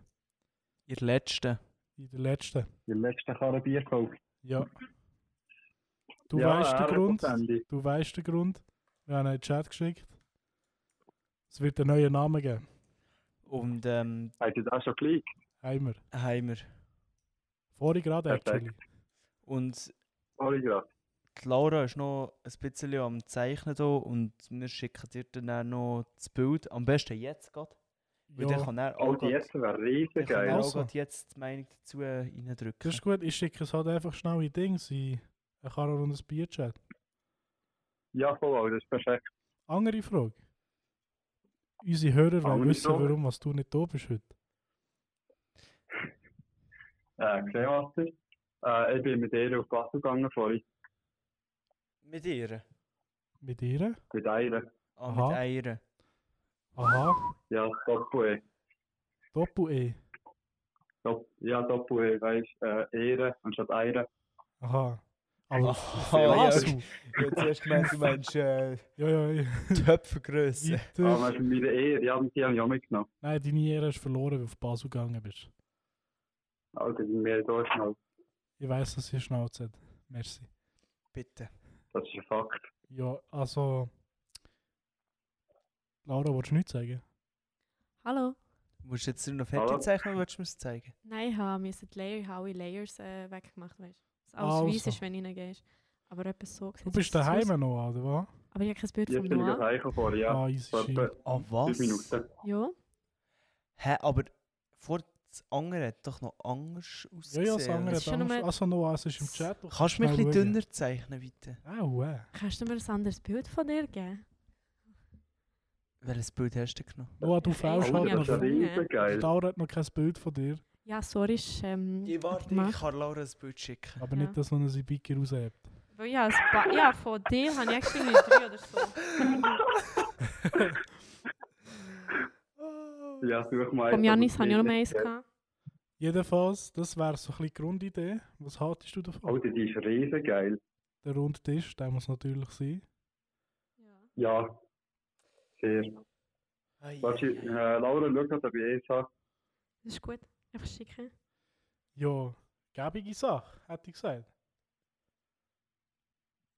A: Ihr letzte.
B: In der letzten.
E: Die letzte Karabierfolge.
B: Ja. Du
E: ja,
B: weißt den Grund.
E: hundertprozentig.
B: Du weißt den Grund. Wir haben einen Chat geschickt. Es wird einen neuen Namen geben.
C: Und ähm,
E: Habt ihr das schon gleich?
B: Heimer.
C: Heimer.
B: Vorhin gerade
E: Perfekt.
B: actually.
C: Und
E: Sorry gerade.
C: die Laura ist noch ein bisschen am Zeichnen hier und wir schicken dir dann auch noch das Bild. Am besten jetzt gerade. Weil dann
B: Ja,
C: kann er
E: Oh,
C: auch
E: die
C: grad-
E: erste wäre
C: dann
E: riesig
C: kann er
E: geil.
B: Also.
C: auch grad jetzt die Meinung dazu äh, reindrücken.
B: das ist gut. Ich schicke es halt einfach schnell in Dings, in einen Karren und ein Bier-Chat.
E: Ja, voll, das ist perfekt.
B: Andere Frage. Unsere Hörer wollen
E: Andere
B: wissen,
E: Frage.
B: warum was du nicht da bist heute.
E: Äh, Kreemaster. Äh, ich bin mit ihr auf die Wasser gegangen vorhin.
C: Mit ihr?
B: Mit ihr?
E: Mit einer.
C: Ah,
B: Aha.
C: mit Eiern.
B: Aha.
E: Ja, Doppel-E.
B: Doppel-E.
E: Dop ja, Doppel-E, weisst äh, Ehre anstatt Eier.
B: Aha. Aber
C: Aha,
B: was?
C: ja. Ich hätte zuerst gemeint, du meinst äh,
B: Ja, ja, ja.
C: Töpfergröße.
E: Aber
B: Weiter.
E: weißt du, mit Ehre, ja, die habe ich auch mitgenommen.
B: Nein, deine Ehre ist verloren, weil du auf Basel gegangen bist.
E: Also, die sind mir da schnell.
B: Ich weiß, dass ihr Schnauze hat. Merci.
C: Bitte.
E: Das ist ein Fakt.
B: Ja, also. Laura, willst du nichts sagen?
D: Hallo.
C: Du musst jetzt nur noch fertig
E: Hallo?
C: zeichnen oder willst du mir es zeigen?
D: Nein, ich habe mir die Layer, Howie Layers äh, weggemacht, weißt du. Alles
B: Also.
D: weiss ist, wenn du reingehst. Aber etwas so
B: Du
D: sieht's
B: bist
D: aus.
B: daheim noch, oder was?
D: Aber ich habe kein Bild
E: Jetzt
D: vom
E: bin ich gerade
D: Noah.
E: heimgekommen vorhin, ja.
B: Ah, easy
E: Vor
B: shit.
E: etwa
C: Ah, was?
E: fünf Minuten.
D: Ja.
C: Hä, aber vor das andere hat doch noch
B: Ja,
C: anders ausgesehen.
B: ja, das andere hat
D: Es ist ja nur-
B: Angst. Also, Noah, es ist im Chat. du
C: Kannst du mich
B: schnell
C: ein bisschen
B: schauen.
C: dünner zeichnen, bitte?
B: Ah, wow.
D: Kannst du mir ein anderes Bild von dir geben?
C: Welches Bild hast du genommen?
B: Noah, du
D: Ich
E: Oh,
B: fällst
D: hab
B: halt
D: schon
E: das ist ja
B: noch.
D: gefunden.
E: riesig geil.
B: Laura hat noch kein Bild von dir.
D: Ja, sorry, ist, ähm,
C: Ich warte, ich
D: gemacht.
C: kann Laura ein Bild schicken.
B: Aber
D: Ja.
B: nicht, dass man seinen Biker raushebt.
D: Weil ja, ein paar- ja, von dir habe ich eigentlich nicht drei oder so.
E: Ja, such mal.
D: Vom
E: eins,
D: Janis
E: aber
D: habe ich auch noch eins
E: riesig geil.
D: gehabt.
B: Jedenfalls, das wäre so ein bisschen die Grundidee. Was haltest du davon?
E: Alter, die ist riesen geil.
B: Der runde Tisch, der muss natürlich sein.
E: Ja, sehr.
C: Ei,
E: Warte, äh, Laura, schau noch, ob ich eins habe.
D: Das ist gut. Einfach schicken.
B: Ja, gäbige Sache, hätte ich gesagt.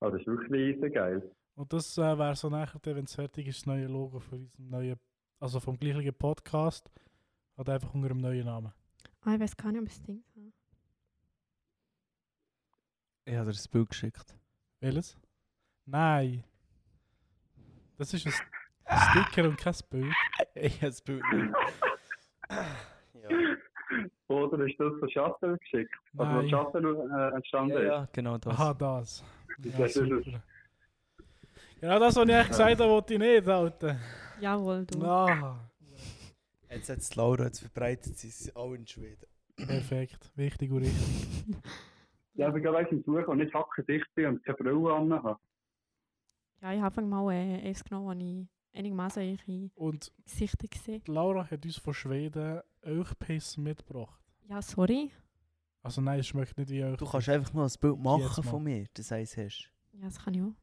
E: Ah, das ist wirklich riesen geil.
B: Und das äh, wäre so nachher, wenn es fertig ist, das neue Logo von unserem neuen, also vom gleichen Podcast, hat einfach unter einem neuen Namen.
D: Ah, ich weiß gar nicht, ob ich das Ding habe.
A: Ich habe dir das Bild geschickt.
B: Welches? Nein. Das ist ein Sticker und kein Bild.
A: Ich habe das Bild nicht.
C: ja.
E: Oder ist das von Schatten geschickt? Also,
B: Nein.
E: von Schatten äh, entstanden
A: Ja,
E: ist.
A: ja, genau das.
B: Aha, das.
E: Ich
B: Ja,
E: weiß nicht,
B: super. Genau das, was ich eigentlich gesagt habe, wollte ich nicht, Alter.
D: Jawohl, du.
B: Ah,
C: Jetzt hat es Laura, jetzt verbreitet sie es auch in Schweden.
B: perfekt. Wichtig und richtig.
E: Ja, also, ich bin gerade eins am Suchen und nicht hackendicht bin und keine Brille an habe.
D: Ja, ich habe einfach mal äh, eins genommen, das ich einigermaßen ihre
B: Und
D: Gesichter gesehen
B: die Laura hat uns von Schweden Ölpiss mitgebracht.
D: Ja, sorry.
B: Also nein, es schmeckt nicht wie Euch.
C: Du kannst einfach mal ein Bild machen
B: Jetzt mal.
C: von mir, das heißt hast.
D: Ja, das kann ich auch.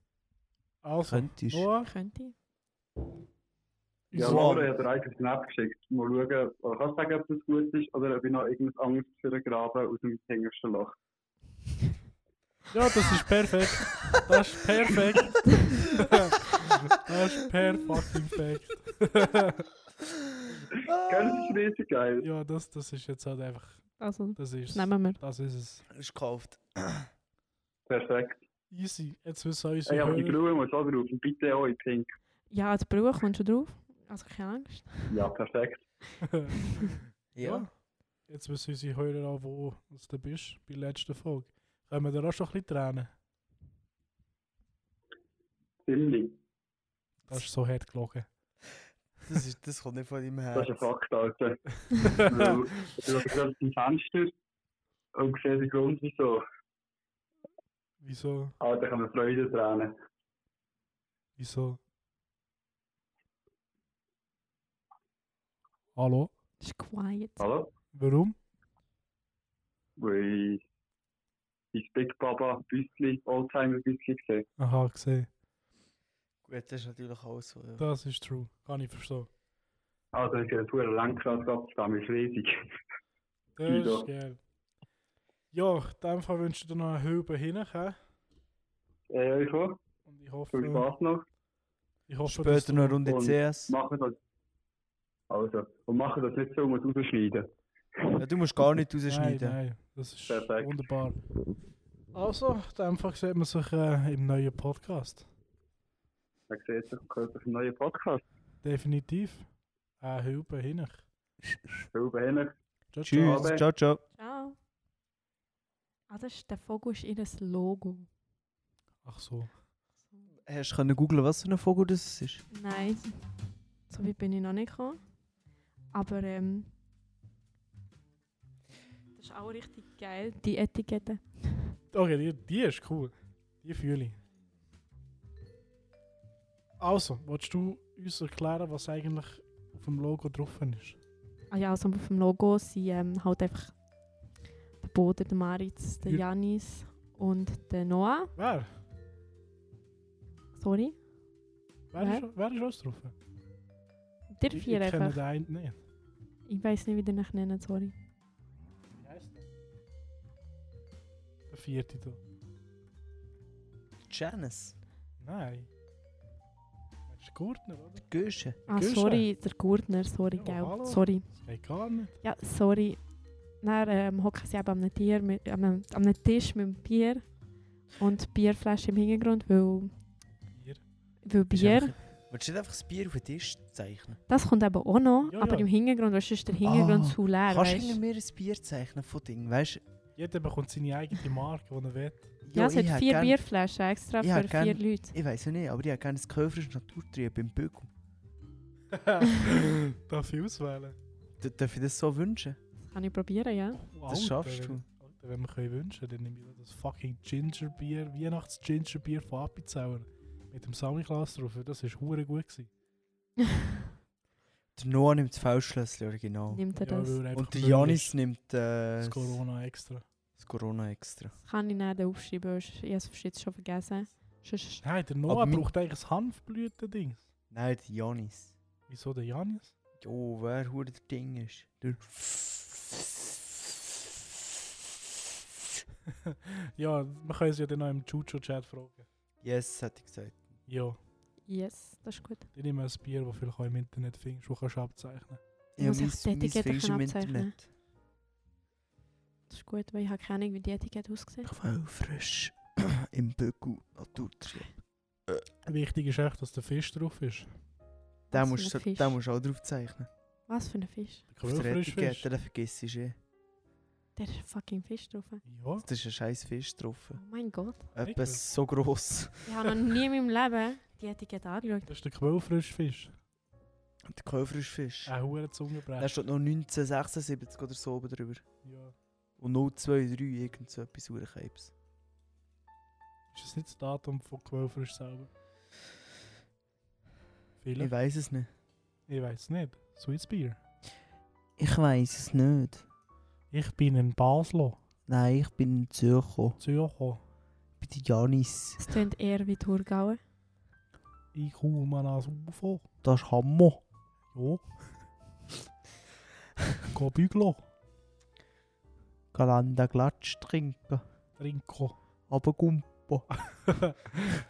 B: Also,
A: Könntest.
B: Noah,
D: Könnte ich.
E: Ja,
B: unser-
E: Laura hat dir eigentlich Snap geschickt. Mal schauen, oder kannst du sagen, ob das gut ist oder ob ich noch irgendwas anderes für einen Graben aus dem hintersten Loch.
B: Ja, das ist perfekt. Das ist perfekt. das ist perfekt.
E: Gell, das ist riesig geil.
B: ja, das, das ist jetzt halt einfach.
D: Also,
B: Das
D: das
B: ist
D: nehmen wir.
B: Das ist es.
C: Das ist gekauft.
E: Perfekt.
B: Easy. Jetzt wissen auch unsere
E: Ey, aber die
B: Hörer.
E: Brille muss auch drauf. Und bitte auch in Pink.
D: Ja, als Brühe kommst du drauf. Also, keine Angst.
E: Ja, perfekt.
C: Ja.
B: Jetzt wissen unsere Hörer auch, wo es du bist. Bei der letzten Folge. Können wir da auch schon ein bisschen Tränen?
E: Ziemlich.
B: Das ist so hart gelogen.
C: Das, ist, das kommt nicht von deinem
E: Das ist ein
C: Herz.
E: Fakt, Alter. Weil Ich schaue gerade aus dem Fenster und sehe den Grund, wieso.
B: Wieso?
E: Alter, ich habe eine Freude dran.
B: Wieso? Hallo?
D: Das ist quiet.
E: Hallo?
B: Warum?
E: Weil ich Big Baba Büssli, Oldtimer Büssli gesehen
B: Aha, gesehen.
C: Gut, das ist natürlich auch so. Ja.
B: Das ist true. Kann ich verstehen.
E: Also, ich habe einen puren Lenkrad gehabt, das ist riesig.
B: Das ist
E: Viel da.
B: geil. Ja, in dem Fall wünsche ich dir noch einen Hüben hinein.
E: Äh, euch auch?
B: Und ich
E: Viel
B: hoffe,
E: Spaß noch.
B: ich hoffe dass
C: Später noch eine Runde
E: Und-
C: CS.
E: Machen das. Also, und machen das nicht so, um es rausschneiden.
C: Ja, du musst gar nicht
B: Nein,
C: rausschneiden.
B: nein, das ist
E: Perfekt.
B: wunderbar. Also, in dem Fall sieht man sich äh, im neuen Podcast.
E: Man sieht sich und hört sich im neuen Podcast.
B: Definitiv. Ein Hüben hinein.
E: Ruben Hennig.
B: Ciao, ciao.
C: Tschüss. Ciao, ciao.
D: Ciao. Ah, das ist, der Vogel ist ihr Logo.
B: Ach so.
C: Hast du können googlen, was für ein Vogel das ist?
D: Nein, so weit bin ich noch nicht gekommen. Aber ähm, das ist auch richtig geil, die Etikette.
B: Okay, die, die ist cool. Die fühle ich. Also, willst du uns erklären, was eigentlich auf dem Logo drauf ist?
D: Ah ja, also auf dem Logo sind ähm, halt einfach der Boden, der Maritz, der
B: Ja.
D: Janis und der Noah.
B: Wer?
D: Sorry,
B: Wer, Ist, wer ist alles drauf?
D: der
B: Ich, ich
D: vier
B: kenne
D: einfach.
B: den einen nicht.
D: Ich weiß nicht, wie der euch nennt, sorry.
B: Wie heißt der? Der vierte da.
C: Janice.
B: Nein. Das ist Gurtner, oder?
C: Gösche.
D: Ah,
B: Gürschel.
D: sorry, der Gurtner, sorry,
B: Ja,
D: gell,
B: hallo.
D: sorry.
B: Das geht gar nicht.
D: Ja, sorry. Dann ähm, hocken sie eben am Tier mit, am, am einem Tisch mit dem Bier und die Bierflasche im Hintergrund, weil,
B: Bier.
D: weil Bier,
C: Willst du nicht einfach das Bier auf den Tisch zeichnen?
D: das kommt eben auch noch,
B: Ja,
D: aber
B: ja.
D: im Hintergrund, weißt du, ist der Hintergrund
C: Ah,
D: zu leer,
C: Kannst du
D: weisst.
C: hinter mir ein Bier zeichnen von Ding, weißt du?
B: Jeder bekommt seine eigene Marke, die er will.
D: Ja, es
C: ich
D: hat
C: hätt
D: vier
C: gern-
D: Bierflaschen extra
C: Ich
D: für
C: hätt
D: vier
C: gern-
D: Leute.
C: Ich weiß ja nicht, aber ich hätte gerne das Köfrisch Naturtrieb im Bügel.
B: Darf ich auswählen?
C: D darf ich das so wünschen?
D: Kann ich probieren, ja?
B: Wow,
C: Das schaffst
B: Alter, wenn- Alter, wenn wir können wünschen, dann nehme ich das fucking Gingerbier, Weihnachts-Gingerbier von Apizauer. Mit dem Samichlaus drauf. Das war hure gut. Gewesen.
C: Der Noah nimmt das Feldschlössli original.
D: Nimmt er
B: Ja,
D: das?
B: weil er einfach
C: Und der
B: blöd
C: Janis
B: ist.
C: nimmt äh,
B: Das Corona extra.
C: das Corona extra.
D: Das kann ich nicht aufschreiben, weil ich ich habe es jetzt schon vergessen. Sonst-
B: Nein, der Noah
C: mi-
B: braucht eigentlich ein Hanfblüten-Ding.
C: Nein, der Janis.
B: Wieso der Janis?
C: Jo, wer hure der Ding ist. Der
B: Ja, wir können es ja dann noch im Juju-Chat fragen.
C: yes, hätte ich gesagt.
B: Ja,
D: Yes, das ist gut.
B: ich nehme ein Bier, das vielleicht auch im Internet findest, das kannst du abzeichnen.
D: Ich muss
C: Ja,
D: echt
C: mein- mein
D: dedicated
C: Fisch im
D: abzeichnen.
C: Internet.
D: Das ist gut, weil ich habe keine Ahnung, wie die Etikette aussieht.
C: Kaffee frisch im Bügel Naturtrieb.
B: Wichtig ist echt, dass der Fisch drauf ist.
C: Den
D: Was
C: musst
D: für ein
C: du
D: Fisch?
C: den musst du auch drauf zeichnen.
D: Was für ein Fisch?
B: Der
C: Auf der
B: Quellfrischfisch.
C: Etikette, den vergisst du eh.
D: Der ist ein fucking Fisch drauf. Oh
B: Ja,
C: Das ist ein scheiß Fisch drauf.
D: mein Gott.
B: Wirklich?
C: Etwas so gross.
D: Ich habe noch nie in meinem Leben die Etikette angeschaut.
B: das ist der Quellfrischfisch.
C: Der Kaufrischfisch.
B: Ein hoher
C: Da
B: Zungenbrecher.
C: steht noch 1976 oder so oben drüber.
B: Ja.
C: Und 023 irgend so etwas Urkrebs.
B: Ist das nicht das Datum von Quellfrisch selber?
C: Ich
B: Vielleicht.
C: weiß es nicht.
B: Ich weiß nicht. Sweet Beer.
C: Ich weiß es nicht.
B: Ich bin in Basel,
C: Nein, ich bin in Zürcher.
B: Zürcher.
C: Ich bin der Janis.
D: Es klingt eher wie Thurgauer.
B: Ich komme ans UFO.
C: Das ist Hammer.
B: Ja. Geh bügeln.
C: Galanda Glatsch trinken.
B: Trinko.
C: Aber Gump.
B: Gut,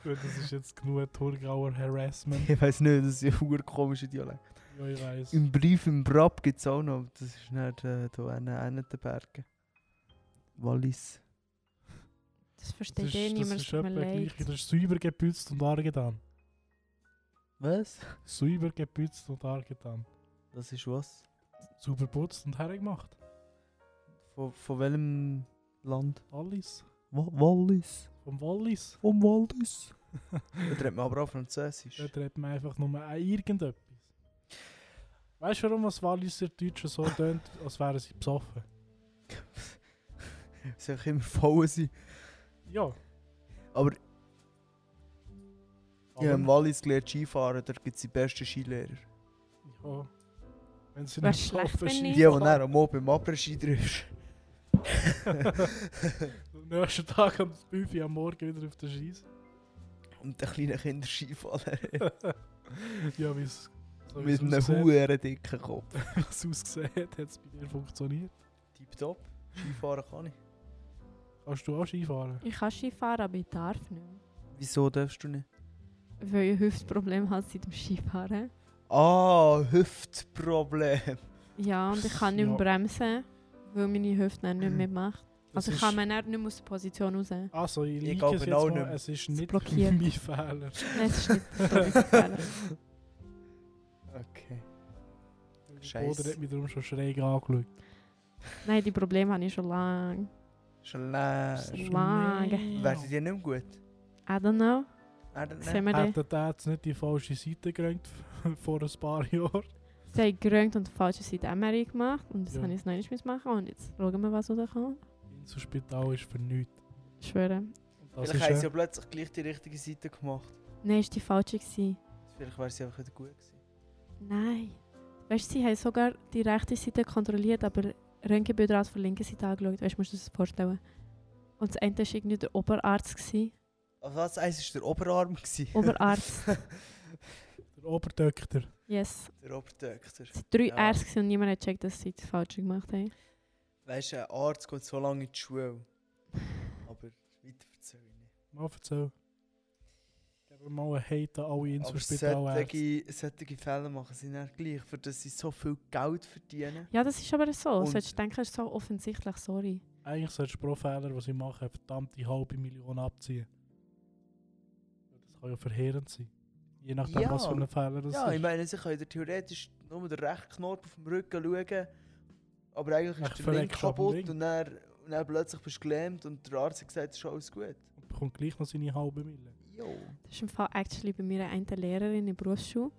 B: das ist jetzt genug Thurgauer Harassment.
C: Ich weiß nicht, das ist ein urkomischer Dialekt.
B: Ja, ich weiss.
C: Im Brief im Brab gibt es auch noch, aber das ist nicht äh, hier hinten den Bergen. Wallis.
D: Das
B: Das
D: versteht
B: ist,
D: eh
B: das
D: niemand, es
B: ist
D: tut mir
B: etwa
D: leid.
B: gleich. Das ist sauber gepützt und angetan.
C: Was?
B: Sauber gepützt und angetan.
C: Das ist was?
B: Sauber putzt und hergemacht.
C: Von, von welchem Land?
B: Alles.
C: Wa Wallis.
B: Vom Wallis.
C: Vom Wallis. da redet man aber auch Französisch.
B: Dort redet man einfach nur an irgendetwas. Weißt du, warum das Walliser Deutsche so tönt, als wären sie besoffen?
C: Soll ich immer faul sein?
B: Ja.
C: Aber ich habe im
B: aber-
C: Wallis gelernt Skifahren, da gibt es die besten Skilehrer.
B: ja. Wenn sie
D: Wer
B: nicht
D: schlecht
B: besoffen
D: bin
B: sind.
C: Die,
D: ich?
C: die dann am Abend im Après-Ski triffst.
B: Am nächsten Tag am 5 Uhr am Morgen wieder auf der Scheiße.
C: Und den kleinen Kindern Skifahren.
B: ja, wie es so wie
C: Mit
B: es
C: einem
B: aussieht-
C: huren dicken Kopf.
B: wie es ausgesehen hat, hat es bei dir funktioniert.
C: Tipptopp. Skifahren kann ich.
B: Kannst du auch Skifahren?
D: Ich kann Skifahren, aber ich darf nicht. mehr.
C: Wieso darfst du nicht?
D: Weil ich Hüftprobleme habe seit dem Skifahren.
C: Ah, Hüftproblem.
D: Ja, und ich kann nicht mehr
B: Ja.
D: bremsen, weil meine Hüfte dann nicht mehr mitmacht.
B: Das
D: Also ich
B: ist-
D: kann mir dann nicht mehr aus der Position raus. Nein,
B: Also, ich, ich
C: glaube
B: es jetzt
C: auch
B: mal,
C: nicht mehr.
B: es ist
D: Es
B: nicht
D: blockiert.
B: mein Fehler.
D: es ist nicht so gefährlich.
C: Okay.
B: Der
C: Scheiss.
B: Boden hat mich darum schon schräg angeschaut.
D: Nein, die Probleme habe ich schon lange.
C: Schon lange.
D: Lange.
C: Werdet ihr nicht mehr gut? Ah,
D: I don't know.
C: I don't know.
D: Sehen wir den?
B: Hätten die jetzt nicht die falsche Seite gerannt vor ein paar Jahren.
D: Sie haben gerönt und die falsche Seite MRI gemacht. Und das
B: Ja.
D: habe ich noch nicht machen. Und jetzt schauen wir, was rauskommt.
B: Ins Spital ist für nichts.
D: Ich schwöre.
B: Und Das
C: Vielleicht haben
B: ist
C: sie
B: ja,
C: ja plötzlich gleich die richtige Seite gemacht.
D: Nein, ist die falsche gewesen.
C: Vielleicht wäre sie einfach wieder gut gewesen.
D: Nein. Weißt du, sie haben sogar die rechte Seite kontrolliert, aber Röntgenbilder aus der linken Seite angeschaut. Weißt du, musst du dir das vorstellen. Und das Ende war irgendwie der Oberarzt. Gewesen.
C: Also was eins war der Oberarm. Gewesen.
D: Oberarzt.
B: der Oberdoktor.
D: yes.
C: der Oberdoktor.
D: Es waren drei
C: Ja.
D: Ärzte gewesen und niemand hat gecheckt, dass sie das Falsche gemacht haben.
C: Weißt du, ein Arzt geht so lange in die Schule. Aber weiter erzähle ich nicht.
B: Mal erzähl. Geben mal einen Hate an alle
C: Aber
B: Inselspital.
C: solche, solche Fälle machen sie dann gleich, für dass sie so viel Geld verdienen.
D: Ja, das ist aber so.
C: Und-
D: Solltest du denken, es ist so offensichtlich, sorry.
B: Eigentlich solltest du pro Fehler, den sie machen, eine verdammte halbe Million abziehen. Das kann ja verheerend sein. Je nachdem,
C: Ja.
B: was für ein Fehler das
C: Ja,
B: ist.
C: ich meine, sie können dir theoretisch nur den rechten Knopf auf dem Rücken schauen, aber eigentlich
B: Ach,
C: ist der Link
B: verreckst du ab dem
C: kaputt
B: Link.
C: und dann, und dann plötzlich bist du gelähmt und der Arzt hat gesagt, es ist alles gut.
B: Und bekommt gleich noch seine halbe Mille.
C: Jo.
D: Das ist im Fall actually bei mir eine Lehrerin in der Berufsschule.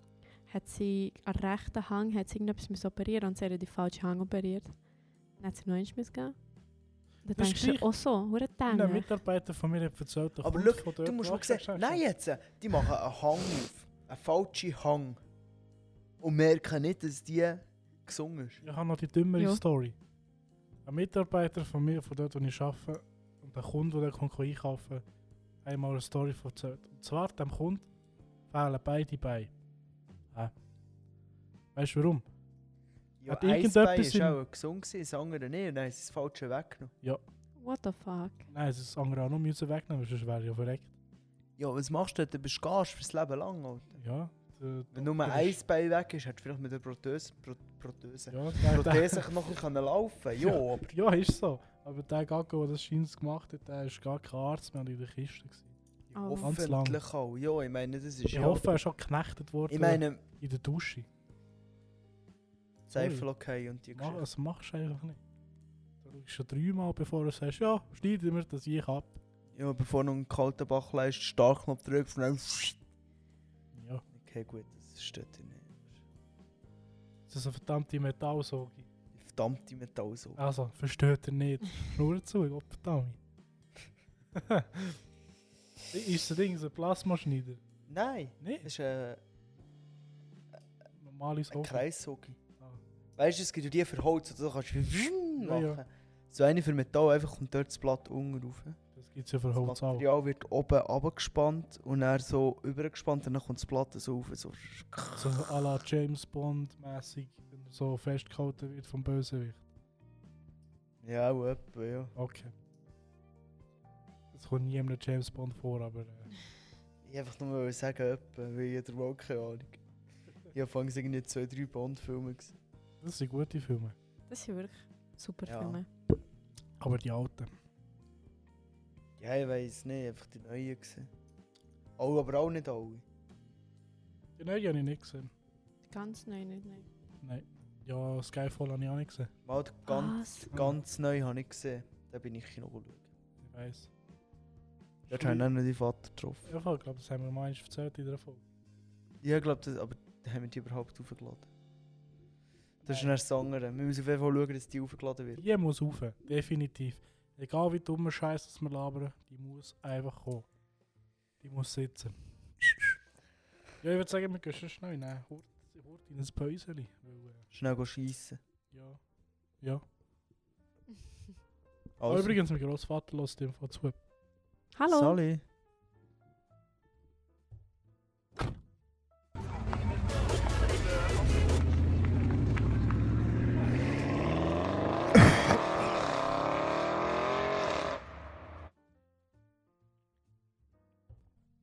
D: Hat sie an der rechten Hang hat sie irgendetwas müssen operieren und sie hat die falsche Hang operiert. Dann hat sie noch eins müssen gehen. Dann
B: Das ist
D: denkst du,
B: gleich-
D: oh so, hure
B: Ein
D: Dänge.
B: Mitarbeiter von mir hat erzählt, der
C: Aber
B: Kunde
C: look,
B: von dort
C: du musst mal
B: gemacht
C: sehen,
B: hat,
C: nein jetzt, die machen einen Hang auf, einen falschen Hang. und merken nicht, dass die gesungen ist.
B: Ich habe noch die dümmere
D: Ja.
B: Story. Ein Mitarbeiter von mir, von dort, wo ich arbeite, und der Kunde, der kommt einkaufen, haben mal eine Story erzählt. Und zwar, dem Kunden fehlen beide Beine. Hä? Weißt du warum?
C: Ja,
B: Hat
C: ein
B: irgendetwas
C: Bein ist
B: im-
C: auch gesungen, das andere nicht. Und dann ist das falsche weggenommen.
D: What the fuck?
B: Nein, es ist das andere auch noch müssen wegnehmen, sonst wäre ich ja verreckt.
C: Ja, was machst du dort? Du bist Gast fürs Leben lang, Alter.
B: Ja, der,
C: Wenn nur
B: ist-
C: ein Bein weg ist, hättest du vielleicht mit der Prothese, Pro Prothese,
B: ja, der, der,
C: Prothese noch ein bisschen laufen können. Ja, aber
B: ja, ist so. Aber der Gacko, der das Scheins gemacht hat, der ist gar kein Arzt mehr und in der Kiste. Gewesen.
D: Oh.
B: Ganz lang.
C: hoffentlich auch. Ja, ich meine, das ist
B: Ich
C: ja...
B: hoffe, er ist auch geknechtet worden
C: ich meine,
B: in der Dusche.
C: Zweifel okay und die
B: Mach,
C: Geschichte.
B: das machst du einfach nicht. Du schaust schon dreimal, bevor du sagst, ja, schneide mir das ich ab.
C: Ja, bevor du einen kalten Bach leist, Startknopf drückst und dann...
B: Ja,
C: Okay, gut, das steht ja nicht.
B: das ist eine verdammte Metallsauge.
C: Die Verdammte Metall so.
B: Also, versteht er nicht. Schnur zu, ich verdammt. ist das Ding so ein Plasmaschneider?
C: Nein, das
B: Nein,
C: ist äh,
B: normale
C: ein
B: Sauge.
C: Kreissogi.
B: Ah.
C: Weißt du, es gibt ja die für Holz, also da kannst du wie
B: Ja,
C: machen.
B: ja.
C: So eine für Metall, einfach kommt dort das Blatt unten rauf.
B: Das gibt es ja für
C: Das
B: Holz auch.
C: Material wird oben abgespannt und dann so übergespannt und dann kommt das Blatt so rauf. So.
B: So à la James Bond-mäßig, wenn er so festgehalten wird vom Bösewicht.
C: Ja, auch etwa, ja.
B: Okay. Es kommt nie einem James Bond vor, aber. Äh,
C: Ich einfach nur mal sagen, etwa, weil jeder wohl keine Ahnung. Ich habe anfangs irgendwie zwei, drei Bond-Filme gesehen.
B: das sind gute Filme.
D: Das sind wirklich super
C: Ja.
D: Filme.
B: Aber die alten.
C: Ja, ich weiß nicht, einfach die neuen gesehen. Alle, aber auch nicht alle.
B: Die neuen habe ich nicht gesehen.
D: Ganz neu, nicht neu.
B: Nein. Ja, Skyfall habe ich auch nicht gesehen.
C: Mal den ganz,
D: Was?
C: ganz neu habe ich gesehen. Da bin ich Kino geschaut.
B: Ich weiß.
C: Da habe ich auch noch deinen Vater getroffen.
B: Ja, voll, ich glaube, das haben wir mal eins erzählt in der Folge.
C: Ja, ich glaube, das, aber haben wir die überhaupt aufgeladen? Das ist ein das andere. Wir müssen auf jeden Fall schauen, dass die aufgeladen wird.
B: Die muss rauf, definitiv. Egal wie dummer Scheiß das wir labern, die muss einfach kommen. Die muss sitzen. ja, ich würde sagen, wir gehen schon schnell in einen Hort, Hort in ein Päuschen. Weil, äh,
C: Schnell gehen schiessen.
B: Ja. Ja. Ah,
C: Also,
B: Übrigens, mein Großvater lässt dem von zu.
D: Hallo.
C: Sally.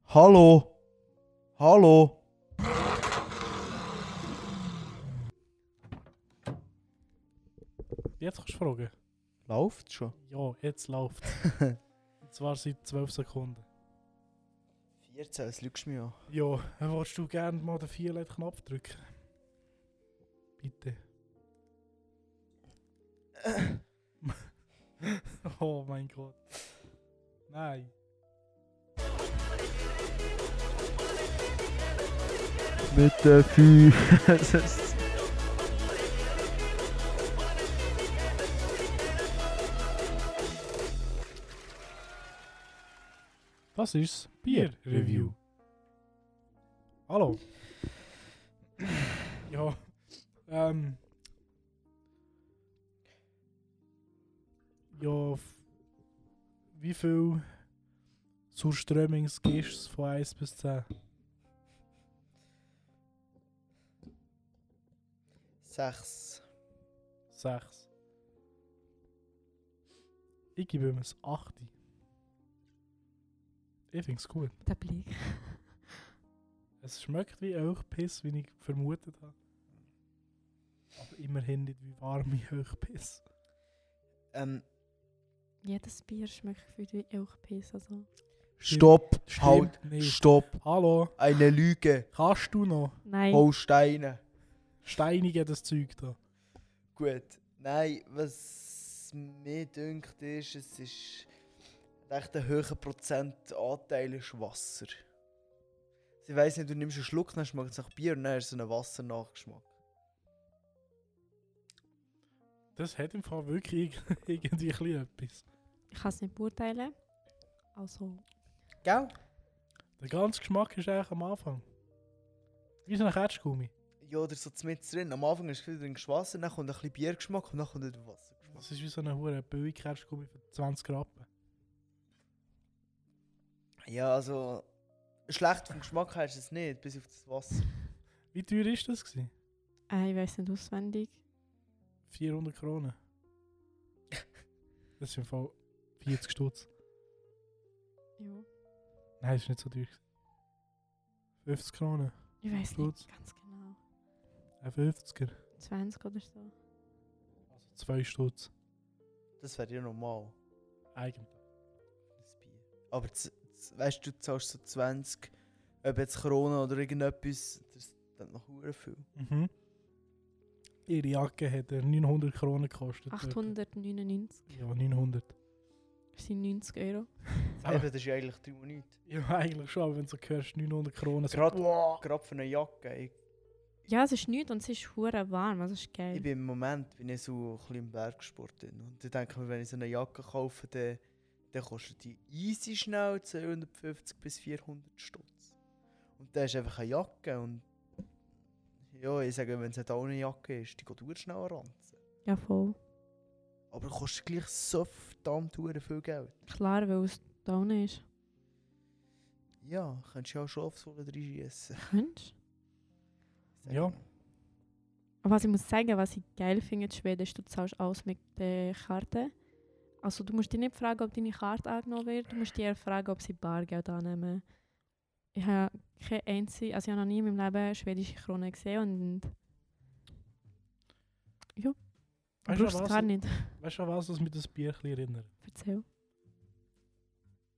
C: Hallo. Hallo.
B: Jetzt kannst du fragen.
C: Läuft schon.
B: Ja, jetzt läuft Und zwar seit 12 Sekunden.
C: 14, das lügst du mir an.
B: Ja, dann willst du gerne mal den Vierlet-Knopf drücken? Bitte. oh mein Gott. Nein.
C: Mit der Füße.
B: Das ist Bier-Review. Hallo. ja, ähm. Ja, f- wie viel Surströmings gibst du von 1 bis 10?
C: 6.
B: 6. Ich gebe ihm ein 8. Ich finde es gut.
D: Der Blick.
B: Es schmeckt wie Euchpiss, wie ich vermutet habe. Aber immerhin nicht wie warme Euchpiss.
C: Ähm,
D: Jedes Bier schmeckt gefühlt wie Elchpiss. Also.
C: stopp.
B: Stimmt
C: Halt.
B: nicht.
C: Stopp.
B: Hallo,
C: Eine Lüge.
B: kannst du noch?
D: Nein.
C: Oh. Holsteine.
B: Steinige das Zeug da.
C: Gut. Nein, was mir dünkt ist, es ist recht ein hoher Prozentanteil ist Wasser. Also, Ich weiss nicht, du nimmst einen Schluck, dann schmeckt es nach Bier und dann ist so ein Wassernachgeschmack.
B: Das hat im Fall wirklich irg- irgendwie ein bisschen etwas.
D: Ich kann es nicht beurteilen. Also,
C: Gell?
B: Der ganze Geschmack ist eigentlich am Anfang. Wie so ein Ketschgummi.
C: Ja, oder so mit drin. Am Anfang hast du gefühlt, du trinkst Wasser, dann kommt ein bisschen Biergeschmack und dann kommt wieder Wassergeschmack.
B: Das ist wie so eine hohe Billigkerzgummi für 20 Rappen.
C: Ja, also. Schlecht vom Geschmack her ist es nicht, bis auf das Wasser.
B: Wie teuer ist das? Gewesen?
D: Äh, ich weiß nicht auswendig.
B: 400 Kronen. Das sind im Fall 40 Stutz.
D: Ja.
B: Nein, das ist nicht so teuer. gewesen. 50 Kronen.
D: Ich weiß
B: Stutz.
D: nicht ganz genau.
B: Ein 50er.
D: 20 oder so.
B: Also 2 Stutz.
C: Das wäre ja normal.
B: Eigentlich.
C: Das Bier. Aber z- z- weißt du, du zahlst so 20, ob jetzt Krone oder irgendetwas, das ist noch hure viel.
B: Mhm. Ihre Jacke hat er 900 Kronen gekostet.
D: 899.
B: Ja, 900.
D: Das sind 90 Euro.
B: Aber-
C: Eben, das ist ja eigentlich drei nichts.
B: Ja, eigentlich schon, aber wenn du so hörst, 900 Kronen. So,
C: Gerade-
B: Also, boah.
C: Gerade für eine Jacke. Ich,
D: Ja, es ist nichts und es ist hure warm. Also es ist
C: ich
D: geil.
C: bin im Moment bin ich so ein bisschen im Bergsport drin. Und ich denke mir, wenn ich so eine Jacke kaufe, dann, dann kostet die easy schnell 250 bis 400 Stutz. Und das ist einfach eine Jacke. Und ja, ich sage, wenn es nicht auch eine Jacke ist, die geht auch schnell ranzen.
D: Ja, voll.
C: Aber kostet gleich so verdammt hure viel Geld.
D: Klar, weil es da unten ist.
C: Ja, könntest du ja auch schon auf so reinschießen.
D: Könntest
B: Ja.
D: Aber was ich muss sagen, was ich geil finde in Schweden, ist, du zahlst alles mit der Karte. Also du musst dich nicht fragen, ob deine Karte angenommen wird, du musst dich eher fragen, ob sie Bargeld annehmen. Ich habe keine einzige, also ich habe noch nie in meinem Leben schwedische Krone gesehen und du
B: Weißt du,
D: brauchst
B: an
D: es gar
B: was,
D: nicht.
B: weißt du, an was das mit das Bier ein bisschen erinnert?
D: Erzähl.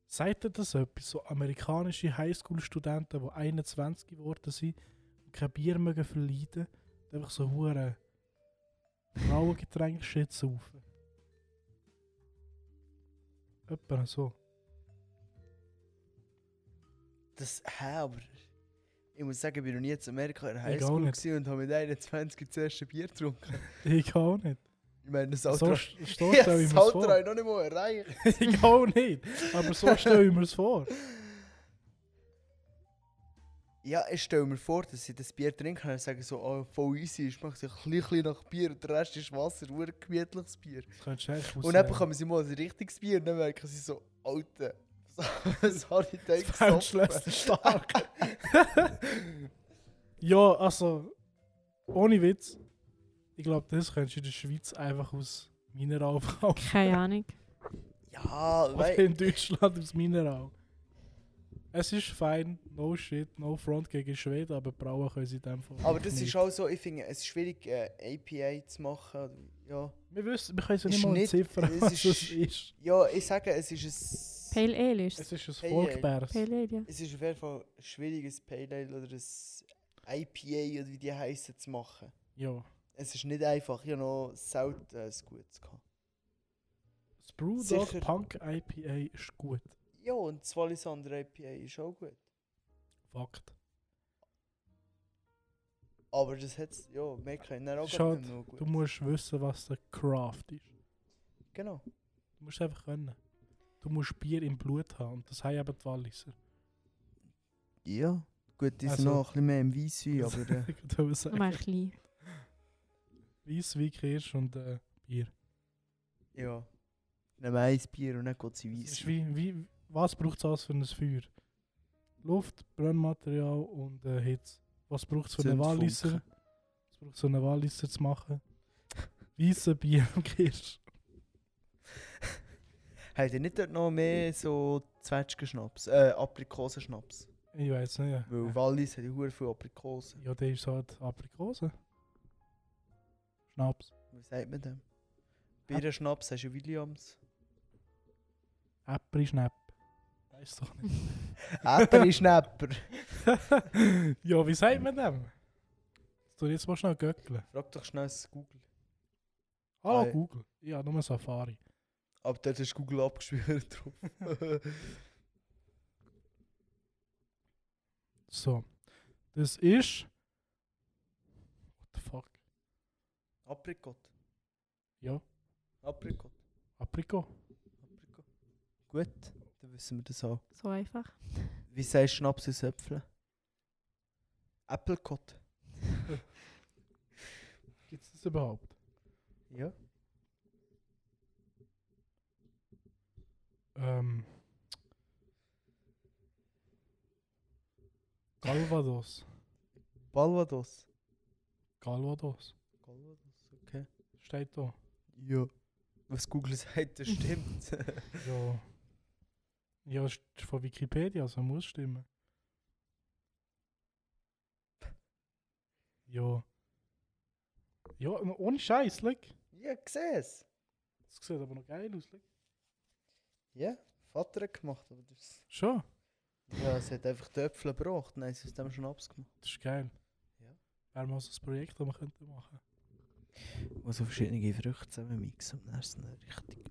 B: Sagt ihr das etwas? So amerikanische Highschool-Studenten, die 21 geworden sind und kein Bier mögen verleiden, die einfach so hure Frauengetränke shit saufen. Etwa so.
C: Das, hä, aber ich muss sagen, ich bin noch nie zu Amerika in der
B: Ich auch
C: Highschool
B: nicht.
C: gewesen und habe mit 21 das erste Bier getrunken.
B: Ich auch nicht.
C: Ich meine, das
B: So
C: Alter,
B: st- so stelle
C: ja,
B: ich
C: das
B: mir es
C: Alter habe
B: vor.
C: ich noch nicht mal erreicht.
B: ich auch nicht. Aber so stelle ich mir es vor.
C: Ja, ich stelle mir vor, dass ich das Bier trinke und dann sage ich so, oh, voll easy, ich mache ein bisschen nach Bier und der Rest ist Wasser, ein gemütliches Bier.
B: Das könntest du echt
C: Und dann bekommen sie mal ein richtiges Bier und dann merken sie so, Alter, was habe ich da gesoffen?
B: Feldschlösser stark. ja, also, ohne Witz, ich glaube, das könntest du in der Schweiz einfach aus Mineral kaufen.
D: Keine Ahnung.
C: Ja,
B: Oder
C: weißt
B: in Deutschland aus Mineral. Es ist fein, no shit, no front gegen Schweden, aber brauen können sie in dem Fall.
C: Aber das
B: nicht.
C: ist auch so, ich finde es ist schwierig, äh, APA zu machen. oder- Ja.
B: Wir, wissen, wir können es ja nicht
C: Ist
B: mal
C: nicht-
B: entziffern,
C: es
B: was
C: ist-
B: es ist.
C: ja, ich sage, es ist ein.
D: Pale Ale ist
B: Es ist
D: es.
B: ein
C: Hey, hey.
B: Volkbärs.
D: Pale Ale, ja.
C: Es ist auf jeden Fall ein schwieriges Pale Ale oder ein IPA oder wie die heißen zu machen.
B: Ja.
C: Es ist nicht einfach, ich habe noch selten ein gutes gehabt.
B: Das Brewdog
C: Sicher.
B: Punk IPA ist gut.
C: Ja, und das Wallisander IPA ist auch gut.
B: Fakt.
C: Aber das hat ja, mehr kann ich dann auch
B: Ist
C: gar
B: halt-
C: nicht mehr gut.
B: Du musst wissen, was der Craft ist.
C: Genau.
B: Du musst einfach können. Du musst Bier im Blut haben. Und das haben eben die Walliser.
C: Ja, gut, die
B: Also-
C: sind noch ein bisschen mehr im Weisswein, aber äh,
B: Ich würde
D: Nur mal
B: sagen,
D: klein.
B: Weiss, wie Kirsch und äh, Bier.
C: ja. Nehmen wir ein Bier und dann geht es in
B: Es Ist
C: Weisswein.
B: wie, wie, was braucht es alles für ein Feuer? Luft, Brennmaterial und äh, Hitze. Was braucht es für einen
C: Zündfunken.
B: Walliser? Was braucht es für einen Walliser zu machen? Weisse Bier und Kirsch.
C: Habt ihr nicht dort noch mehr so Zwetschgenschnaps, äh, Aprikosenschnaps?
B: Ich weiß nicht. Ja,
C: Weil Wallis hat ja hure viele Aprikosen.
B: ja der ist halt Aprikose. Schnaps.
C: Wie sagt man dem? Bierenschnaps hast du Williams.
B: Äpfel-Schnapp. Weiß doch nicht.
C: Äpfeli-Schnäpper.
B: ja, wie sagt man dem? Du jetzt mal schnell göckeln.
C: Frag doch schnell das Google.
B: Hallo
C: Hi.
B: Google. Ja, nur Safari.
C: Aber dort ist Google abgeschwört drauf.
B: So. Das ist. What the fuck?
C: Aprikot.
B: Ja,
C: Aprikot.
B: Aprikot.
C: Aprikot. Gut, dann wissen wir das auch.
D: So einfach.
C: Wie sagst du Schnaps aus Äpfeln? Äpfelkot.
B: Gibt es das überhaupt?
C: Ja.
B: Ähm. Calvados.
C: Balvados.
B: Calvados.
C: Balvados, okay.
B: Steht da.
C: Ja. Was Google sagt, das stimmt.
B: Ja. Ja, es ist von Wikipedia, also muss stimmen. Ja. Ja, und ohne Scheiß, leck.
C: ja, geseh's.
B: Das sieht aber noch geil aus, leck.
C: Ja, Vater hat gemacht, aber das.
B: Schon,
C: Ja, es hat einfach die Äpfel gebracht. Nein, sie haben dem schon abgemacht.
B: das ist geil.
C: Ja.
B: Wäre mal so ein Projekt, das man könnte machen.
A: Wo so verschiedene Früchte zusammen mixen und dann ist es dann richtig.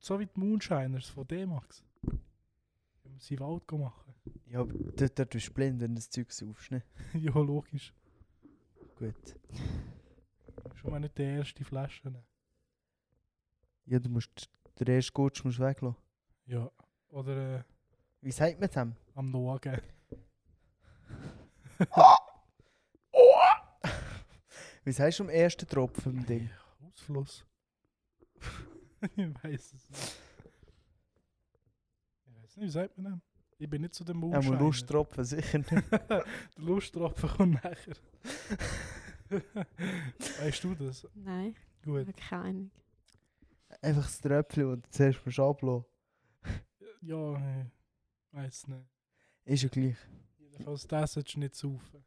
B: So wie die Moonshiners von D-Max. Wenn wir sie im Wald gehen machen.
C: Ja, aber dort, dort bist du blind, wenn du das Zeug saufst, ne?
B: ja, logisch.
C: Gut.
B: Schon mal nicht die erste Flasche. nehmen.
C: Ja, du musst den ersten Gutsch musst du weglassen.
B: Ja. Oder äh,
C: Wie sagt man dem?
B: am Nagen.
C: Wie sagst du am ersten Tropfen im Ding?
B: Ausfluss. ich weiß es nicht. Ich weiß nicht, wie sagt man das? Ich bin nicht zu dem
C: Ja,
B: Moonshiner.
C: mal Lusttropfen, sicher nicht.
B: Der Lusttropfen kommt nachher. weißt du das?
D: Nein, ich
B: Gut.
D: habe keine Ahnung.
C: Einfach das Tröpfchen, das du zuerst musst ablassen.
B: Ja, ich weiß nicht.
C: Ist ja gleich.
B: Jedenfalls, das solltest du nicht saufen.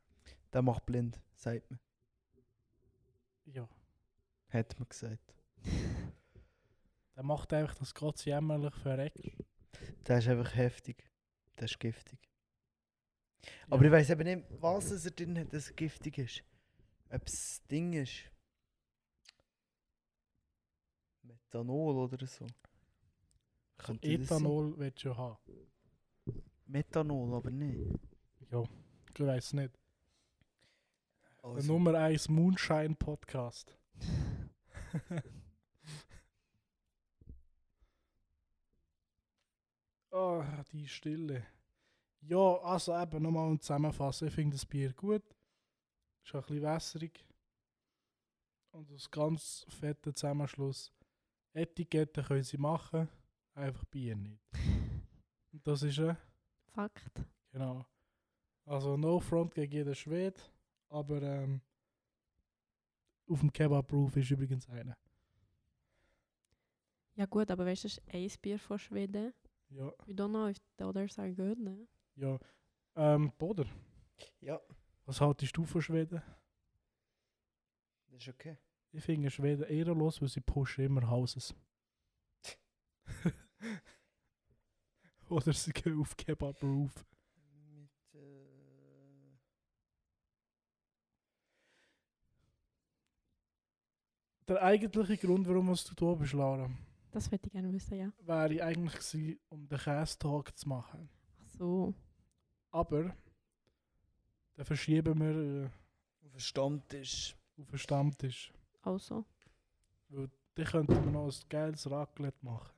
C: Der macht blind, sagt man.
B: Ja.
C: Hat man gesagt.
B: Der macht einfach das Gott jämmerlich verreckt.
C: Der ist einfach heftig. Der ist giftig. Aber ich weiß eben nicht, was es er drin hat, dass er giftig ist. Ob es Ding ist. Methanol oder so. Könnte das sein?
B: Ethanol willst du ja haben.
C: Methanol, aber nicht.
B: Ja. Ich weiß nicht. Der
C: Also,
B: Nummer 1 Moonshine Podcast. Ah, die Stille. Ja, also eben nochmal um zusammenfassen. Ich finde das Bier gut. Ist auch ein bisschen wässrig. Und aus ganz fetten Zusammenschluss. Etiketten können sie machen, einfach Bier nicht. Und das ist ein
D: Fakt.
B: Genau. Also no front gegen jeden Schwed, aber ähm, auf dem Kebab-Proof ist übrigens einer.
D: Ja gut, aber weißt du, das ist ein Bier von Schweden.
B: Ja,
D: We don't know if the others are good, ne?
B: ja. Ähm, Boder,
C: ja,
B: was haltest du von Schweden?
C: das ist okay.
B: Ich finde Schweden ehrenlos, weil sie pushen immer Houses. Oder sie gehen auf Kebab-Roof.
C: Mit, äh,
B: Der eigentliche Grund, warum was du da bist, Lara,
D: Das würde ich gerne wissen, ja.
B: wäre eigentlich gewesen, um den Käse-Tag zu machen.
D: Ach so.
B: Aber dann verschieben wir äh,
C: auf dem Stammtisch.
B: auf den Stammtisch.
D: Also.
B: Dann könnten wir noch ein geiles Raclette machen.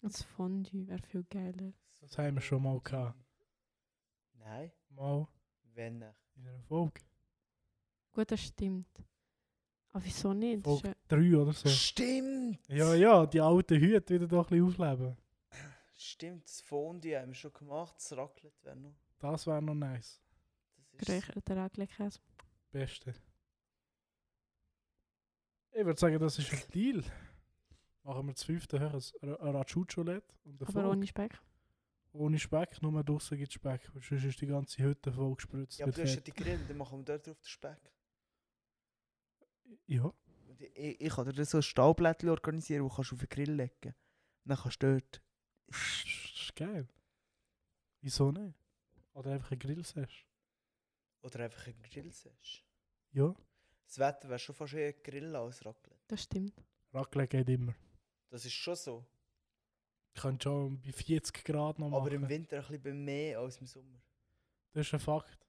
D: Ein Fondue wäre viel geiler.
B: Das haben wir schon mal gehabt.
C: Nein,
B: Mal
C: wenn nicht.
B: in einer Folge.
D: Gut, das stimmt. Aber wieso nicht? Das ist
B: Folge
D: ja-
B: 3 oder so.
C: Stimmt!
B: Ja, ja, die alten Hüte wieder doch ein bisschen aufleben.
C: Stimmt, das Fondue haben wir schon gemacht. Das Raclette wäre noch.
B: Das wäre noch nice.
C: Das ist
D: Geräucherter Raclette-Käse.
B: Beste. Ich würde sagen, das ist ein Deal. Machen wir das fünfte höher, ein Ra- ein Rachucholette und eine
D: Aber
B: Folge.
D: ohne Speck.
B: Ohne Speck, nur draußen gibt es Speck. weil Sonst ist die ganze Hütte voll gespritzt.
C: Ja, aber
B: mit
C: du hast ja
B: Fett.
C: die Grill, dann machen wir dort drauf den Speck.
B: Ja,
C: Und ich, ich, ich kann dir so ein Stahlblättchen organisieren, wo kannst du auf den Grill legen. Dann kannst du dort.
B: das ist geil. Wieso nicht? Oder einfach ein Grillsession.
C: Oder einfach einen Grill siehst.
B: Ja,
C: Das Wetter wäre schon fast eher Grill als Raclette.
D: Das stimmt.
B: Raclette geht immer.
C: Das ist schon so.
B: kann schon bei 40 Grad noch machen.
C: Aber im Winter ein bisschen mehr als im Sommer.
B: das ist ein Fakt.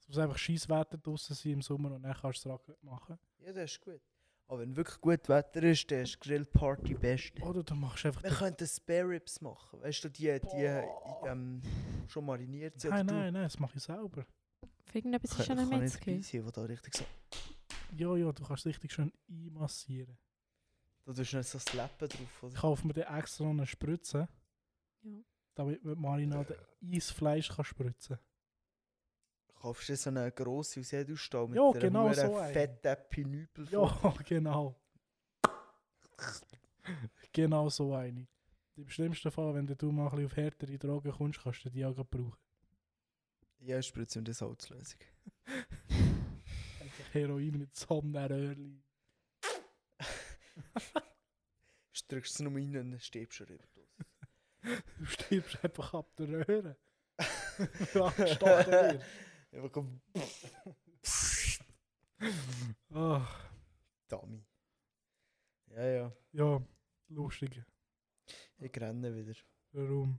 B: Es muss einfach scheiß Wetter draußen sein im Sommer und dann kannst du es Raclette machen.
C: Ja, das ist gut. Aber wenn wirklich gut Wetter ist, dann ist Grillparty beste.
B: Oder du machst einfach.
C: Wir könnten Spare Ribs machen. Weißt du, die, die in
B: Boah.
C: dem schon mariniert sind.
B: nein,
C: oder du-
B: nein, nein, das mache ich selber.
D: Für irgendetwas ist ja noch
A: kann nicht dabei
D: Metzger.
A: sein, wo da richtig so...
B: Ja, ja, du kannst richtig schön einmassieren.
C: Da tust du nicht so das Leben drauf.
B: Ich
C: Oder?
B: kaufe mir dann extra noch eine Spritze.
D: Ja.
B: Damit mit Marinade ins Fleisch kann spritzen
C: Kaufst du so eine grosse aus jedem Stall mit
B: Ja,
C: einer
B: genau
C: huere
B: so eine.
C: fetten Pinübel
B: Ja, genau. genau so eine. Im schlimmsten Fall, wenn du mal ein bisschen auf härtere Drogen kommst, kannst du die auch gleich brauchen.
C: Ja, spritzen wir das Salzlösung.
B: Einfach Heroin mit so einem Röhrli.
C: Du drückst es nur rein und dann stirbst du an Überdosis.
B: Du stirbst einfach ab der Röhre. Du angestochen wirst.
C: Einfach komm,
B: Ah,
C: Dummy. Ja, ja.
B: ja, lustig.
C: Ich renne wieder.
B: Warum?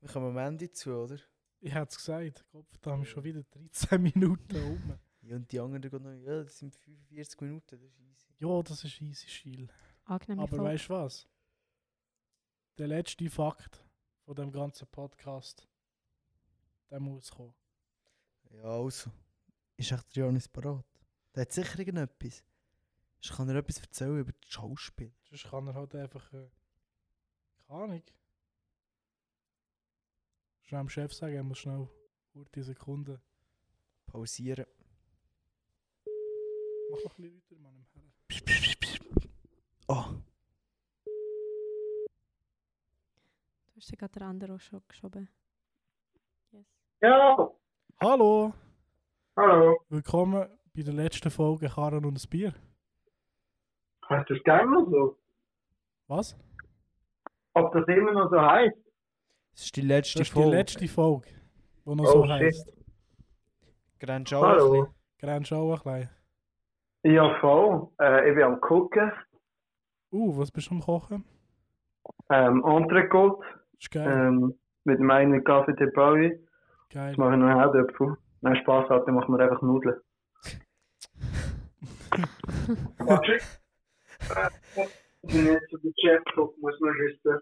C: Wir kommen am Ende zu, oder?
B: Ich hätte es gesagt. Kopf, da haben wir schon wieder 13 Minuten rum.
C: Ja, und die anderen gehen noch, ja, das sind 45 Minuten, das ist easy.
B: Ja, das ist easy Schiel.
D: Angenehm.
B: Aber weißt du was? Der letzte Fakt von dem ganzen Podcast, der muss kommen.
C: Ja, also. Ist echt der Janis parat? Der hat sicher irgendetwas. Ich kann dir etwas erzählen über das Schauspiel.
B: Sonst kann er halt einfach. Äh, keine Ahnung. Schnell dem Chef sagen, er muss schnell. Kurze Sekunde.
C: Pausieren.
B: Mach noch ein bisschen weiter, Mann. Im Herren.
C: Oh,
D: Du hast ja gerade den anderen auch schon geschoben. Yes.
E: Ja,
B: Hallo!
E: hallo.
B: Willkommen bei der letzten Folge Karren und das Bier.
E: Heißt das gerne so?
B: Was?
E: Ob das immer noch so heißt?
C: das ist die letzte
B: Das ist die
C: Folge.
B: letzte Folge, die noch
E: Oh,
B: so
E: shit.
B: heisst.
C: Grand
E: Hallo.
B: Grenzt auch ein klein.
E: Ja, voll. Äh, ich bin am Gucken.
B: Uh, was bist du am Kochen?
E: Ähm, Entrecote
B: Ist geil.
E: ähm, mit meinem Kaffee de Paris.
B: Geil.
E: Jetzt mache ich noch einen Herdöpfel. Nein, Spaß hat, dann machen wir einfach Nudeln. Patrick? Ich bin jetzt zu den Chatbook, muss man wissen.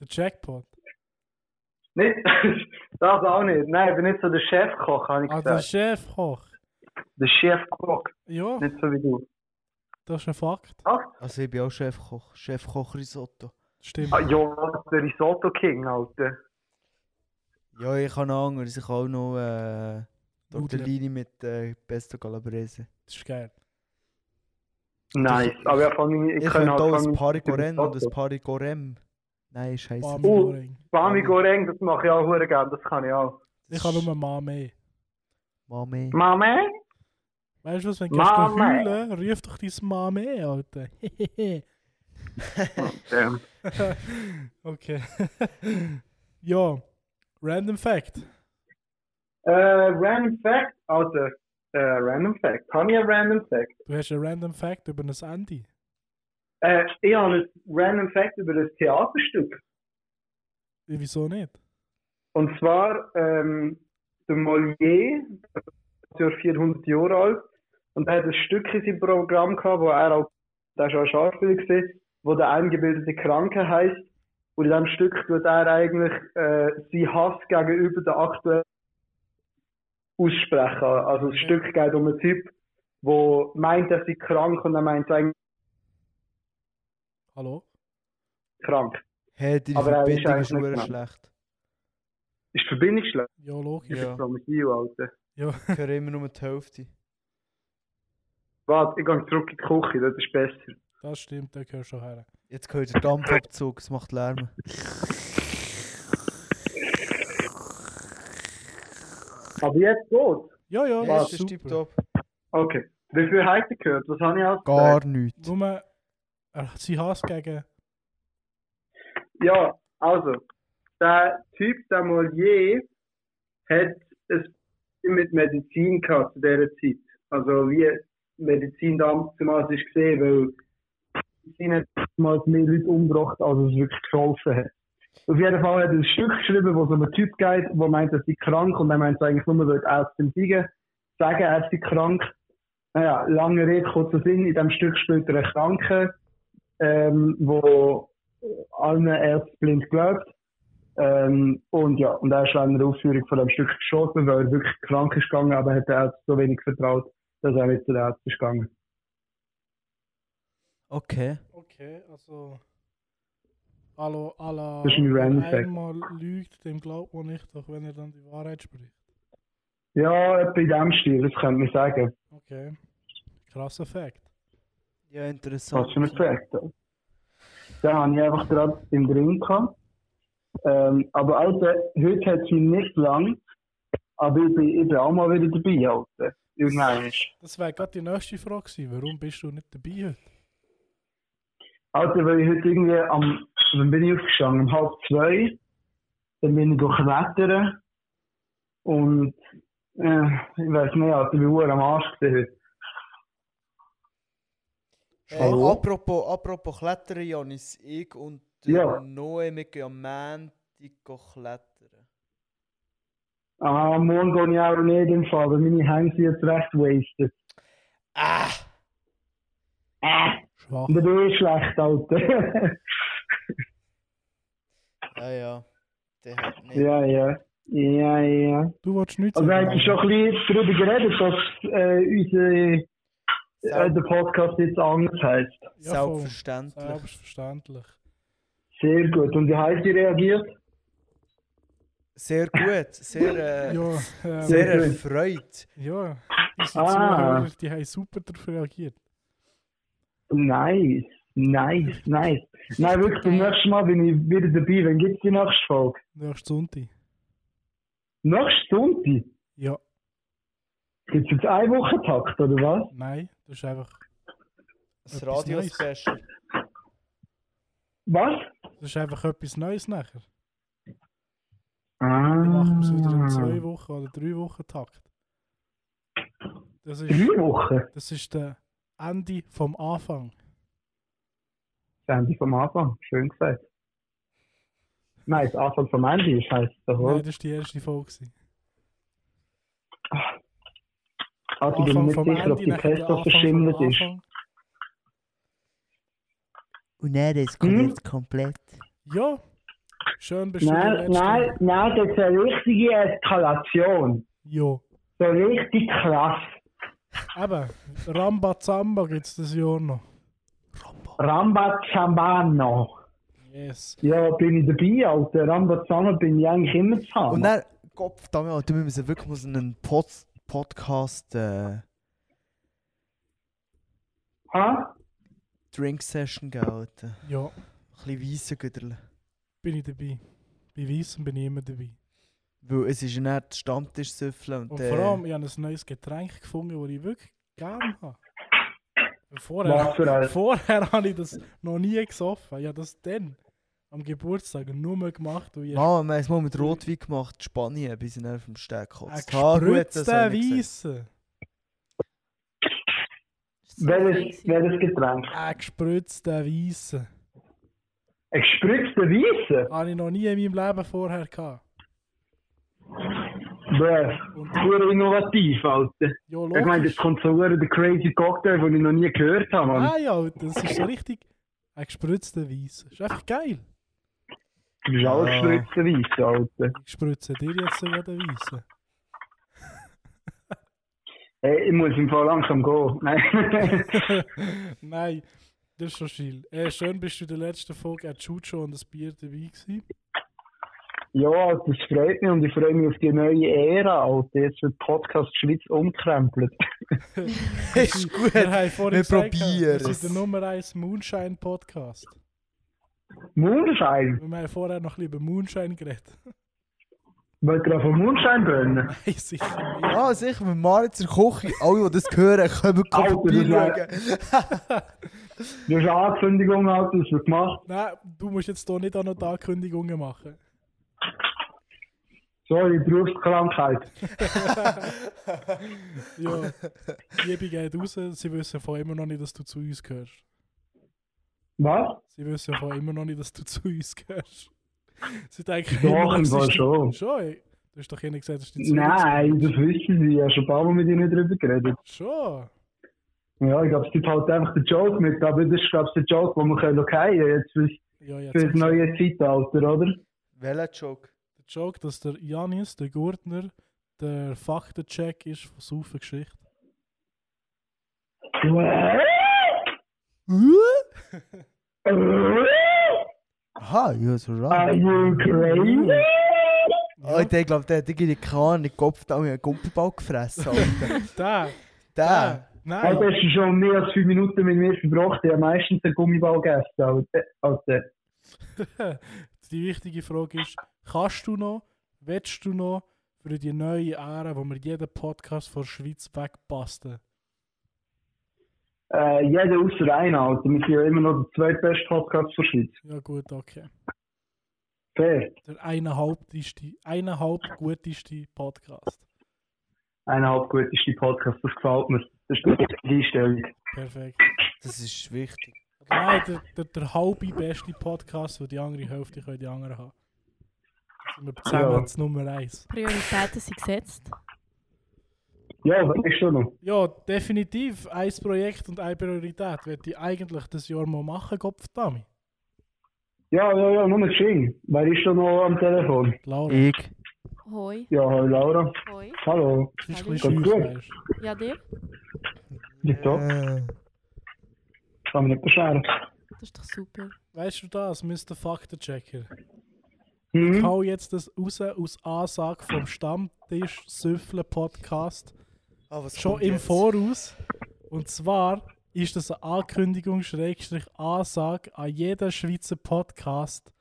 B: Der Jackpot.
E: Nicht? das auch nicht. Nein, ich bin nicht so der Chefkoch, habe ich
B: Ah, der
E: gesagt.
B: Chefkoch.
E: Der Chefkoch,
B: Ja,
E: nicht so wie du.
B: das ist ein Fakt.
C: Also ich bin auch Chefkoch. Chefkoch Risotto.
B: Stimmt.
E: Ah, ja, der Risotto King, Alter.
C: Ja, ich habe noch anderes. Ich habe auch noch äh,
B: Nudeln.
C: Tortellini mit äh, Pesto Calabrese.
B: Das ist geil.
E: Nice. Ah, Aber ja, von mir, ich,
C: Ich,
E: ich kann
C: könnte
E: halt
C: auch
E: von
C: ein
E: mir
C: Parigoren und ein
E: nou Risotto.
C: Paricorem. Nein, scheiße.
B: Bami
E: Oh.
B: Goreng.
C: Uh.
E: Bami Goreng, das mache ich auch hure gerne, das kann ich auch.
B: Ich habe nur Mame.
E: Hm.
C: Mami.
E: Mame?
B: Weißt du was, wenn du gehst
E: Mame.
B: heulen, ruf doch dein Mame, Alter.
E: Ähm,
B: okay. ja, Random Fact.
E: äh, random Fact, Alter. Äh, random Fact. Habe ich einen Random Fact?
B: Du hast einen Random Fact über ein Handy.
E: Äh, ich habe einen Random Fact über das Theaterstück.
B: Äh, Wieso nicht?
E: Und zwar, ähm, der Molière, der ist 400 Jahre alt, und er hat ein Stück in seinem Programm gehabt, wo er auch, der ist auch Schauspieler gewesen, wo der eingebildete Kranke heißt. Und in diesem Stück tut er eigentlich äh, seinen Hass gegenüber der aktuellen aussprechen. Also das Stück geht um einen Typ, der meint, er sei krank und er meint, er sei eigentlich
B: Hallo?
E: krank.
C: Hey, deine
E: Aber er ist
C: Verbindung ist
E: eigentlich
C: verdammt
E: nicht
C: schlecht.
E: Ist die Verbindung schlecht?
B: Ja, logisch.
C: Ja.
E: Promise you, Alter.
B: Ja.
C: Ich höre immer nur die Hälfte.
E: Warte, ich gehe zurück in die Küche, das ist besser.
B: das stimmt, da gehörst du her.
C: Jetzt gehört der Dampfabzug, es macht Lärm.
E: Aber jetzt geht's.
B: Ja, ja,
C: Ja,
B: das ist
C: es ist
B: super.
C: tipptopp.
E: Okay. Wie viel habt ihr gehört? Was habe ich alles
C: Gar nichts.
B: Nur, er hat seinen Hass gegen...
E: Ja, also, der Typ, der Molier, hat es mit Medizin gehabt zu dieser Zeit. Also, wie Medizin damals ist gesehen, weil Medizin hat damals mehr Leute umgebracht, als es wirklich geholfen hat. Auf jeden Fall hat er ein Stück geschrieben, wo so ein Typ geht, der meint, er sei krank und er meint eigentlich nur, weil er aus dem Siegen sagen, er sei krank. Naja, lange Rede, kurzer Sinn, in diesem Stück spielt er einen Kranken, ähm, wo allen erst blind glaubt. Ähm, und ja, und er ist während der Aufführung von dem Stück geschossen, weil er wirklich krank ist gegangen, aber hat der Ärzte so wenig vertraut, dass er nicht zu den Ärzten ist gegangen.
A: Okay.
B: Okay, also. Hallo, Allah.
E: Das ist ein random Fact.
B: einmal lügt, dem glaubt man nicht, auch wenn er dann die Wahrheit spricht.
E: Ja, etwa in dem Stil, das könnte man sagen.
B: Okay. Krasser Fact.
A: Ja, interessant.
E: Was für ein Fact. oder? Den habe ich einfach gerade im Drink gehabt. Ähm, aber Alter, heute hat sie nicht lang, aber ich bin, ich bin auch mal wieder dabei, Alter. Irgendwann ist.
B: Das wäre gerade die nächste Frage gewesen. Warum bist du nicht dabei heute?
E: Alter, weil Also, ich heute irgendwie am, wann bin ich aufgestanden? Um halb zwei. Dann bin ich durchklettern. Und, äh, ich weiß nicht, Alter, ich bin verdammt am Arsch gewesen heute.
C: Hey,
A: Hallo?
C: apropos, apropos Klettern, Janis, ich und der
E: Ja.
C: Noe, wir gehen am Montag klettern.
E: Ah, morgen gehe ich auch nicht im Fall, weil meine Hände sind jetzt recht wasted.
C: Ah!
E: Äh.
B: Schwach.
E: Der Bier ist schlecht, Alter.
C: Ja, ja. Der hat nicht.
E: ja, ja. Ja, ja.
B: Du wolltest nichts
E: Also, wir haben
B: sagen.
E: schon ein bisschen darüber geredet, dass äh, unser, äh,
C: Selbst-
E: der Podcast jetzt anders heißt.
B: Ja, voll.
C: Selbstverständlich.
B: Selbstverständlich.
E: Sehr gut. Und wie heißt ihr reagiert?
C: Sehr gut, sehr, äh,
B: Ja, ähm,
C: sehr
E: Sehr gut.
C: erfreut.
B: ja. Unsere
E: Ah.
B: Zuhörer, die haben super darauf reagiert.
E: Nice. Nice, nice. Nein, wirklich, beim
D: Geil.
E: nächsten Mal bin ich wieder dabei. Wann gibt es die nächste Folge?
B: Nächsten Sonntag.
E: Nächste Stunde?
B: Ja,
E: Gibt es jetzt einen Wochentakt, oder was?
B: nein, das ist einfach, Etwas
C: Das
B: Neues.
C: Radio-Special.
E: Was?
B: das ist einfach etwas Neues nachher.
E: Ah.
B: Dann machen wir es wieder in zwei Wochen oder drei Wochen Takt. Das ist,
E: Drei Wochen?
B: das ist der Ende vom Anfang.
E: Das Ende vom Anfang, schön gesagt. Nein, das Anfang vom Ende ist heißt doch,
B: Nein,
E: oder?
B: das war die erste Folge. gewesen.
E: Also, ich bin
B: Anfang
E: mir
B: vom
E: nicht sicher, ob
B: Ende,
E: die
B: nachher der
E: Kiste
B: Anfang
E: doch
B: vom
E: verschimmelt ist.
B: Anfang.
A: Und dann ist
E: Hm?
A: komplett komplett.
B: Ja, schön bist du der
E: Nein,
B: Letzte.
E: nein, nein, das ist eine richtige Eskalation.
B: Ja,
E: So richtig krass.
B: eben, Ramba Zamba gibt es das Jahr noch.
E: Rambazambano.
B: Yes.
E: Ja, bin ich dabei, Alter. Rambazambano bin ich eigentlich immer zu haben.
C: Und dann, Gott, verdammt, Alter, wir müssen wirklich mal so einen Pod Podcast äh,
E: Ha?
C: Drink Session geben, Alter.
B: Ja,
C: Ein bisschen weissen Güderle.
B: bin ich dabei. Bei Weissen bin ich immer dabei.
C: Weil es ist ja nicht Stammtisch süffeln und,
B: Und
C: äh,
B: vor allem, ich habe ein neues Getränk gefunden, das ich wirklich gerne habe.
E: Was für
B: Vorher,
E: ein-
B: vorher habe ich das noch nie gesoffen. Ich habe das dann am Geburtstag nur gemacht, weil ich
C: Mann, wir haben es mal mit Rotwein gemacht, in Spanien, bis ich dann auf dem Steg
B: einen
C: gekotzt habe. Gut, das habe ich
B: gespritzten
C: gesehen.
B: Weissen,
D: Das ist so
E: Welches,
D: crazy.
E: welches Getränk?
B: einen gespritzten Weissen,
E: Ein gespritzter Weissen?
B: habe ich noch nie in meinem Leben vorher gehabt.
E: Bäh.
B: Und
E: Pur innovativ, Alter.
B: ja,
E: Ich meine, das
B: logisch.
E: kommt so verdammt der crazy Cocktail, den ich noch nie gehört habe, Mann.
B: Nein, ja, das ist so richtig ein gespritzter Weissen. Ist einfach geil.
E: Du bist auch
C: Ja.
E: gespritzter Weiss, Alter.
B: Ich spritze dir jetzt sogar den Weissen.
E: Hey, ich muss im Fall langsam gehen. Nein.
B: Nein, das ist schon schiel. Äh, schön bist du in der letzten Folge auch Chucho und das Bier dabei gewesen.
E: ja, das freut mich und ich freue mich auf die neue Ära, Alter. Jetzt wird Podcast Schweiz umkrempelt.
C: Ist gut.
B: Wir haben vorhin
C: wir
B: gesagt,
C: probieren
B: wir
C: es.
B: sind der Nummer 1 Moonshine-Podcast.
E: Mondschein?
B: Wir haben vorher noch ein bisschen über Moonshine geredet.
E: Wollt ihr auf den Mondschein brennen?
B: Nein, sicher nicht.
C: Ja, Ah, sicher, mit Maritzer Kochi. Alle, die das hören, können
E: Alter,
C: vorbeischauen.
E: Du hast eine Ankündigung, Alter, das wird gemacht.
B: Nein, du musst jetzt hier nicht auch noch die Ankündigungen machen.
E: Sorry, Berufskrankheit.
B: Ja, Liebe geht raus, sie wissen von immer noch nicht, dass du zu uns gehörst.
E: Was?
B: Sie wissen von immer noch nicht, dass du zu uns gehörst. Sie denken
E: Doch,
B: immer,
E: im
B: das
E: Fall
B: ist-
E: schon.
B: Schon, ey. Du hast doch eh nicht gesagt, dass du zu
E: Nein, das wissen sie. Ich habe schon ein paar Mal mit ihnen drüber geredet.
B: Schon.
E: Ja, ich glaube, es gibt halt einfach den Joke mit, aber das ist, glaube ich, der Joke, den wir können okay, jetzt für
B: Ja, ja,
E: für das
B: jetzt-
E: neue Zeitalter, oder?
C: Welcher Joke?
B: Der Joke, dass der Janis, der Gurtner, der Faktencheck ist von saufen Geschichte.
A: Aha, ja, so
E: Are you crazy?
C: Oh, ich glaube, der hat irgendwie keine Ahnung, den Kopf da mit einem Gumpelball gefressen. Alter.
B: Der,
C: der.
B: der,
E: Also
B: nein.
E: hast du schon mehr als fünf Minuten mit mir verbracht. Ich habe meistens einen Gummiball gegessen. also, als- als der.
B: Die wichtige Frage ist, kannst du noch, willst du noch für die neue Ära, wo wir jeden Podcast von der Schweiz wegpasten?
E: Äh, jeder außer einer. Also wir sind ja immer noch der zweitbeste Podcast der Schweiz.
B: Ja gut, okay.
E: Fair.
B: Der eineinhalbteste, eineinhalb guteste Podcast.
E: Eineinhalb gut ist die Podcast. Das gefällt mir. Das ist eine gute Einstellung.
B: Perfekt.
A: Das ist wichtig.
B: Oder Nein, der, der, der halbe beste Podcast, wo die andere Hälfte können die anderen haben. Da sind wir zusammen
E: Ja.
B: zu Nummer 1.
D: Prioritäten sind gesetzt.
E: Ja, weißt du noch?
B: Ja, definitiv. Ein Projekt und eine Priorität würde ich eigentlich das Jahr mal machen, Kopf Dami.
E: Ja, ja, ja, nur geschehen. Wer ist da noch am Telefon?
B: Laura,
C: Mhm.
A: Ich.
D: Hoi.
E: Ja, hallo Laura.
D: Hoi.
E: Hallo.
B: das ist ein
E: Hallo.
B: bisschen schüch,
E: Gut.
B: weißt du.
D: Ja, dir?
E: Geht's doch?
A: Äh,
E: Kann mich nicht beschweren.
D: Das ist doch super.
B: Weißt du das, Mr. Faktenchecker? Ich
E: Mhm.
B: hau jetzt das raus aus Ansage vom Stammtisch Süffle Podcast
C: Ah, was
B: schon
C: kommt
B: im
C: jetzt?
B: Voraus. Und zwar ist das eine Ankündigung, Schrägstrich Ansage an jeden Schweizer Podcast,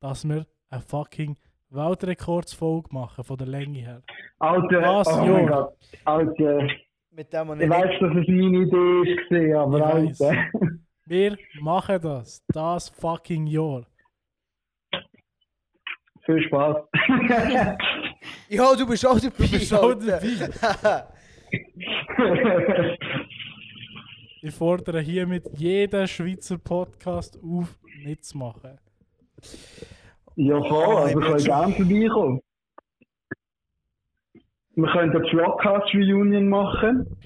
B: dass wir eine fucking Weltrekordsfolge machen, von der Länge her.
E: Alter,
B: Was,
E: oh mein
B: Junge?
E: Gott. Alter,
C: Mit dem man
E: ich weiß, dass es meine Idee ist, gewesen, aber
B: Ich weiss.
E: Alter.
B: Wir machen das, das fucking Jahr.
E: Viel Spaß.
C: Ja, du bist auch dabei. Du
B: bist auch Ich fordere hiermit jeden Schweizer Podcast auf, mitzumachen.
E: ja, voll, aber wir können gerne vorbeikommen. Wir können eine Vlogcast Reunion machen.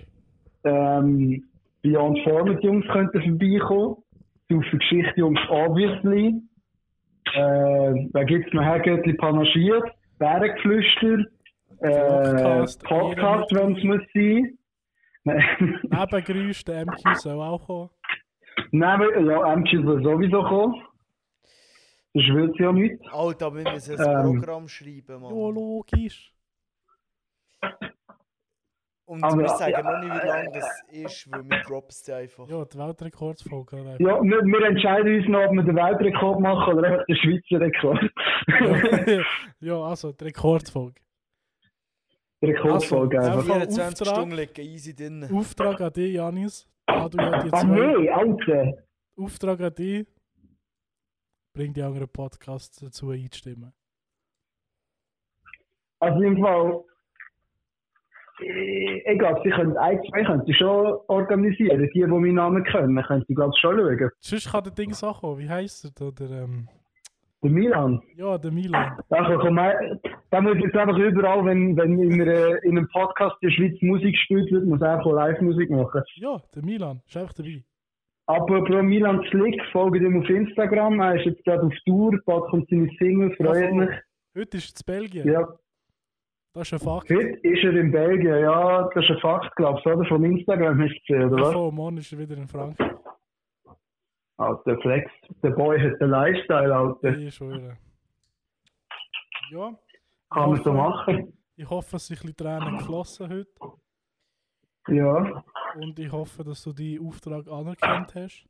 E: Ähm, Beyond Format Jungs könnten vorbeikommen. Auf die Geschichte Jungs, obviously. Äh, da gibt es noch Herrgöttli panaschiert, Bärengeflüster, äh,
B: Vlogcast,
E: Podcast, wenn es muss sein. Nein.
B: Nebengeräusch, der MQ soll auch kommen.
E: Nein, ja, MG soll sowieso kommen. Das wird ja nicht.
C: Alter, wir müssen ein
E: Ähm.
C: Programm schreiben, Mann.
B: Ja, logisch.
C: Und
E: Aber-
C: wir sagen noch nicht, wie lange das ist, weil wir droppen es dir einfach.
B: Ja, die Weltrekordsfolge. oder?
E: Ja, wir, wir entscheiden uns noch, ob wir den Weltrekord machen oder einfach den Schweizer Rekord.
B: ja, also die Rekordsfolge.
E: Rekordfolge
B: Also,
E: einfach.
C: 24
B: Auftrag.
C: Stunden liegen easy drin.
B: Auftrag an dich, Janis. Da du ja die
E: Ah,
B: zwei.
E: nee, Alter!
B: Auftrag an dich. Bring die anderen Podcasts dazu einzustimmen.
E: Also, im Fall. Ich ich glaube, sie können ein, zwei können sie schon organisieren. Die, die meinen Namen kennen, können sie, glaube ich, schon schauen.
B: Sonst kann der Ding auch kommen. Wie heisst er da? Der, ähm,
E: Der Milan.
B: ja, der Milan.
E: Da kann- kann man- da muss jetzt einfach überall, wenn, wenn in, einer, in einem Podcast in der Schweiz Musik gespielt wird, muss einfach Live-Musik machen.
B: Ja, der Milan. Ist einfach dabei.
E: Apropos Milan Slick, folgt ihm auf Instagram. Er ist jetzt gerade auf Tour, bald kommt seine Single, freut
B: Ja, voll.
E: mich.
B: Heute ist es Belgien.
E: Ja,
B: Das ist ein Fakt.
E: heute ist er in Belgien, ja, das ist ein Fakt, glaubst du, oder? Vom Instagram hast du gesehen, oder was?
B: Vor morgen ist er wieder in Frankreich.
E: Alter, Ah, der Flex, der Boy hat den Lifestyle, Alter.
B: Ich schwöre. Ja.
E: Kann man so
B: Ich hoffe-
E: machen?
B: Ich hoffe, es sind ein bisschen Tränen geflossen heute.
E: Ja.
B: Und ich hoffe, dass du deinen Auftrag anerkannt hast.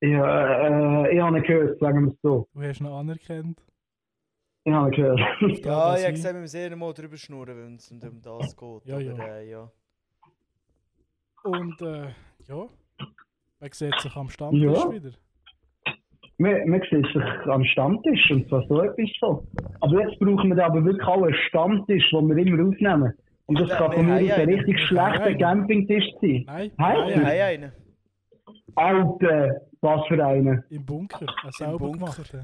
E: ja äh, ich habe ihn gehört, sagen wir es so.
B: Du hast ihn anerkannt.
E: Ich habe ihn gehört.
B: Da
C: Ja, ich habe
B: sein.
C: gesagt, wir müssen eher mal drüber schnurren, wenn es nicht um das geht.
B: Ja, ja.
C: Aber, Äh, ja.
B: Und äh, ja, man sieht sich am Stammtisch
E: Ja.
B: wieder.
E: Man, man sieht sich am Stammtisch und zwar so etwas so. Aber jetzt brauchen wir da aber wirklich auch einen Stammtisch, den wir immer aufnehmen. Und das
C: Wir-
E: kann von
C: wir
E: mir
C: haben
E: aus ein
C: einen.
E: richtig
B: Wir haben
E: schlechter
B: einen.
E: Campingtisch sein.
B: Nein,
E: Hä?
B: nein,
C: Wir haben
B: nein,
C: einen.
E: Alter, was für einen.
B: im Bunker. Ein selber
C: Bunker.
B: gemacht.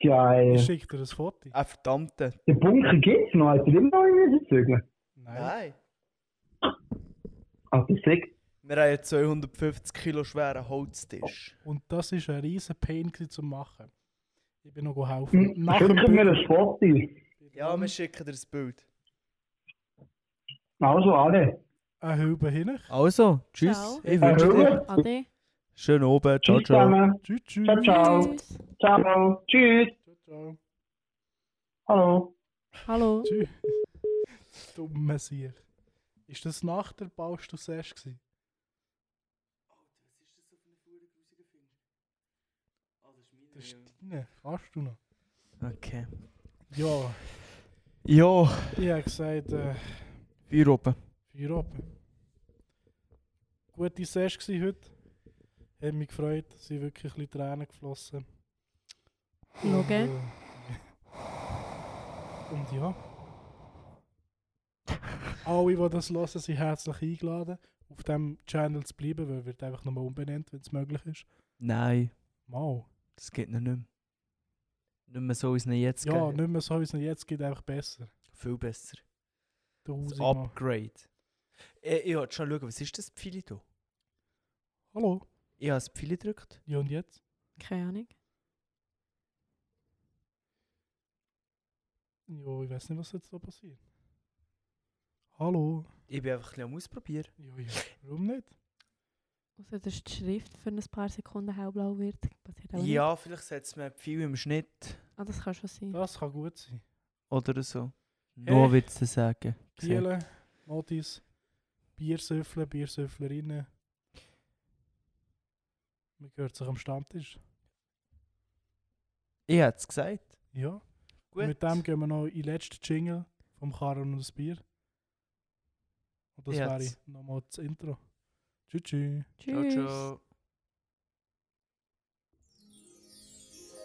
B: Ich
E: Geil.
B: schicke dir ein Foto.
C: Ein verdammter.
E: äh, Der Bunker gibt's noch, hat er immer noch in Zügeln.
B: Nein.
C: Nein.
E: Also sick.
C: Wir haben einen 250 Kilo schweren Holztisch.
B: Und das war ein riesen Pain gewesen zu machen. Ich bin noch helfen. Nach dem
E: Schicken Hm. mir
B: Bügeln.
E: ein Foto.
F: Ja, wir schicken dir ein Bild.
E: Also alle.
B: Eine Hilbe hin.
C: Also, tschüss.
D: Ciao.
C: Ich wünsche dir
D: Ade.
C: schönen Abend. Ciao,
E: Tschüss
C: ciao.
E: zusammen.
B: Tschüss, tschüss.
E: Ciao, ciao.
D: Tschüss.
E: Ciao. Tschüss.
B: Ciao, ciao.
E: Hallo.
D: Hallo.
B: Tschüss. Dummer Sier. Ist das nach der Baust du zuerst gewesen? Ah, Das ist deine. Kannst du noch?
C: Okay.
B: Ja,
C: Ja,
B: ich habe gesagt, äh,
C: Feuer oben.
B: vier Oben. Gute Session gewesen heute. Hat mich gefreut. Es sind wirklich ein bisschen Tränen geflossen. Äh,
D: Loge.
B: Und ja. Alle, die das hören, sind herzlich eingeladen, auf diesem Channel zu bleiben, weil er wird einfach nochmal umbenannt, wenn es möglich ist.
C: Nein,
B: Mal.
C: das geht noch nicht mehr. Nicht mehr so, wie es ihn jetzt
B: Ja,
C: geht.
B: nicht mehr so, wie es noch jetzt geht, einfach besser.
C: Viel besser. Das
B: Tausendmal.
C: Upgrade. Äh, Ich, ich wollte schon schauen, was ist das Pfeil hier?
B: Hallo.
C: Ich habe das Pfeil gedrückt.
B: Ja, und jetzt?
D: Keine Ahnung.
B: Ja, ich weiß nicht, was jetzt da passiert. Hallo.
C: Ich bin einfach ein bisschen am Ausprobieren.
B: Ja, ja. Warum nicht?
D: Außer dass die Schrift für ein paar Sekunden hellblau wird. Passiert auch
C: Ja, vielleicht setzt man Pfeil im Schnitt
D: Nicht. Ah, das kann schon sein.
B: Das kann gut sein.
C: oder so.
B: Hey.
C: Nur willst du sagen. Gesagt.
B: Bielen, Modis, Biersöffler, Biersöfflerinnen. Man hört sich am Stammtisch.
C: Ich hätte es gesagt.
B: Ja.
C: Gut.
B: Mit dem gehen wir noch in den letzten Jingle vom Karan und das Bier. Und das
C: Ja,
B: wäre
C: jetzt.
B: nochmal das Intro. Tschüss, tschüss.
C: ciao,
D: Tschüss.
C: ciao.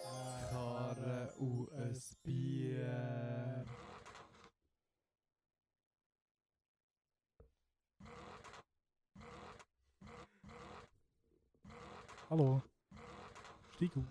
B: Karren
A: uh,
B: und ein Bier. Hallo. Steig aus.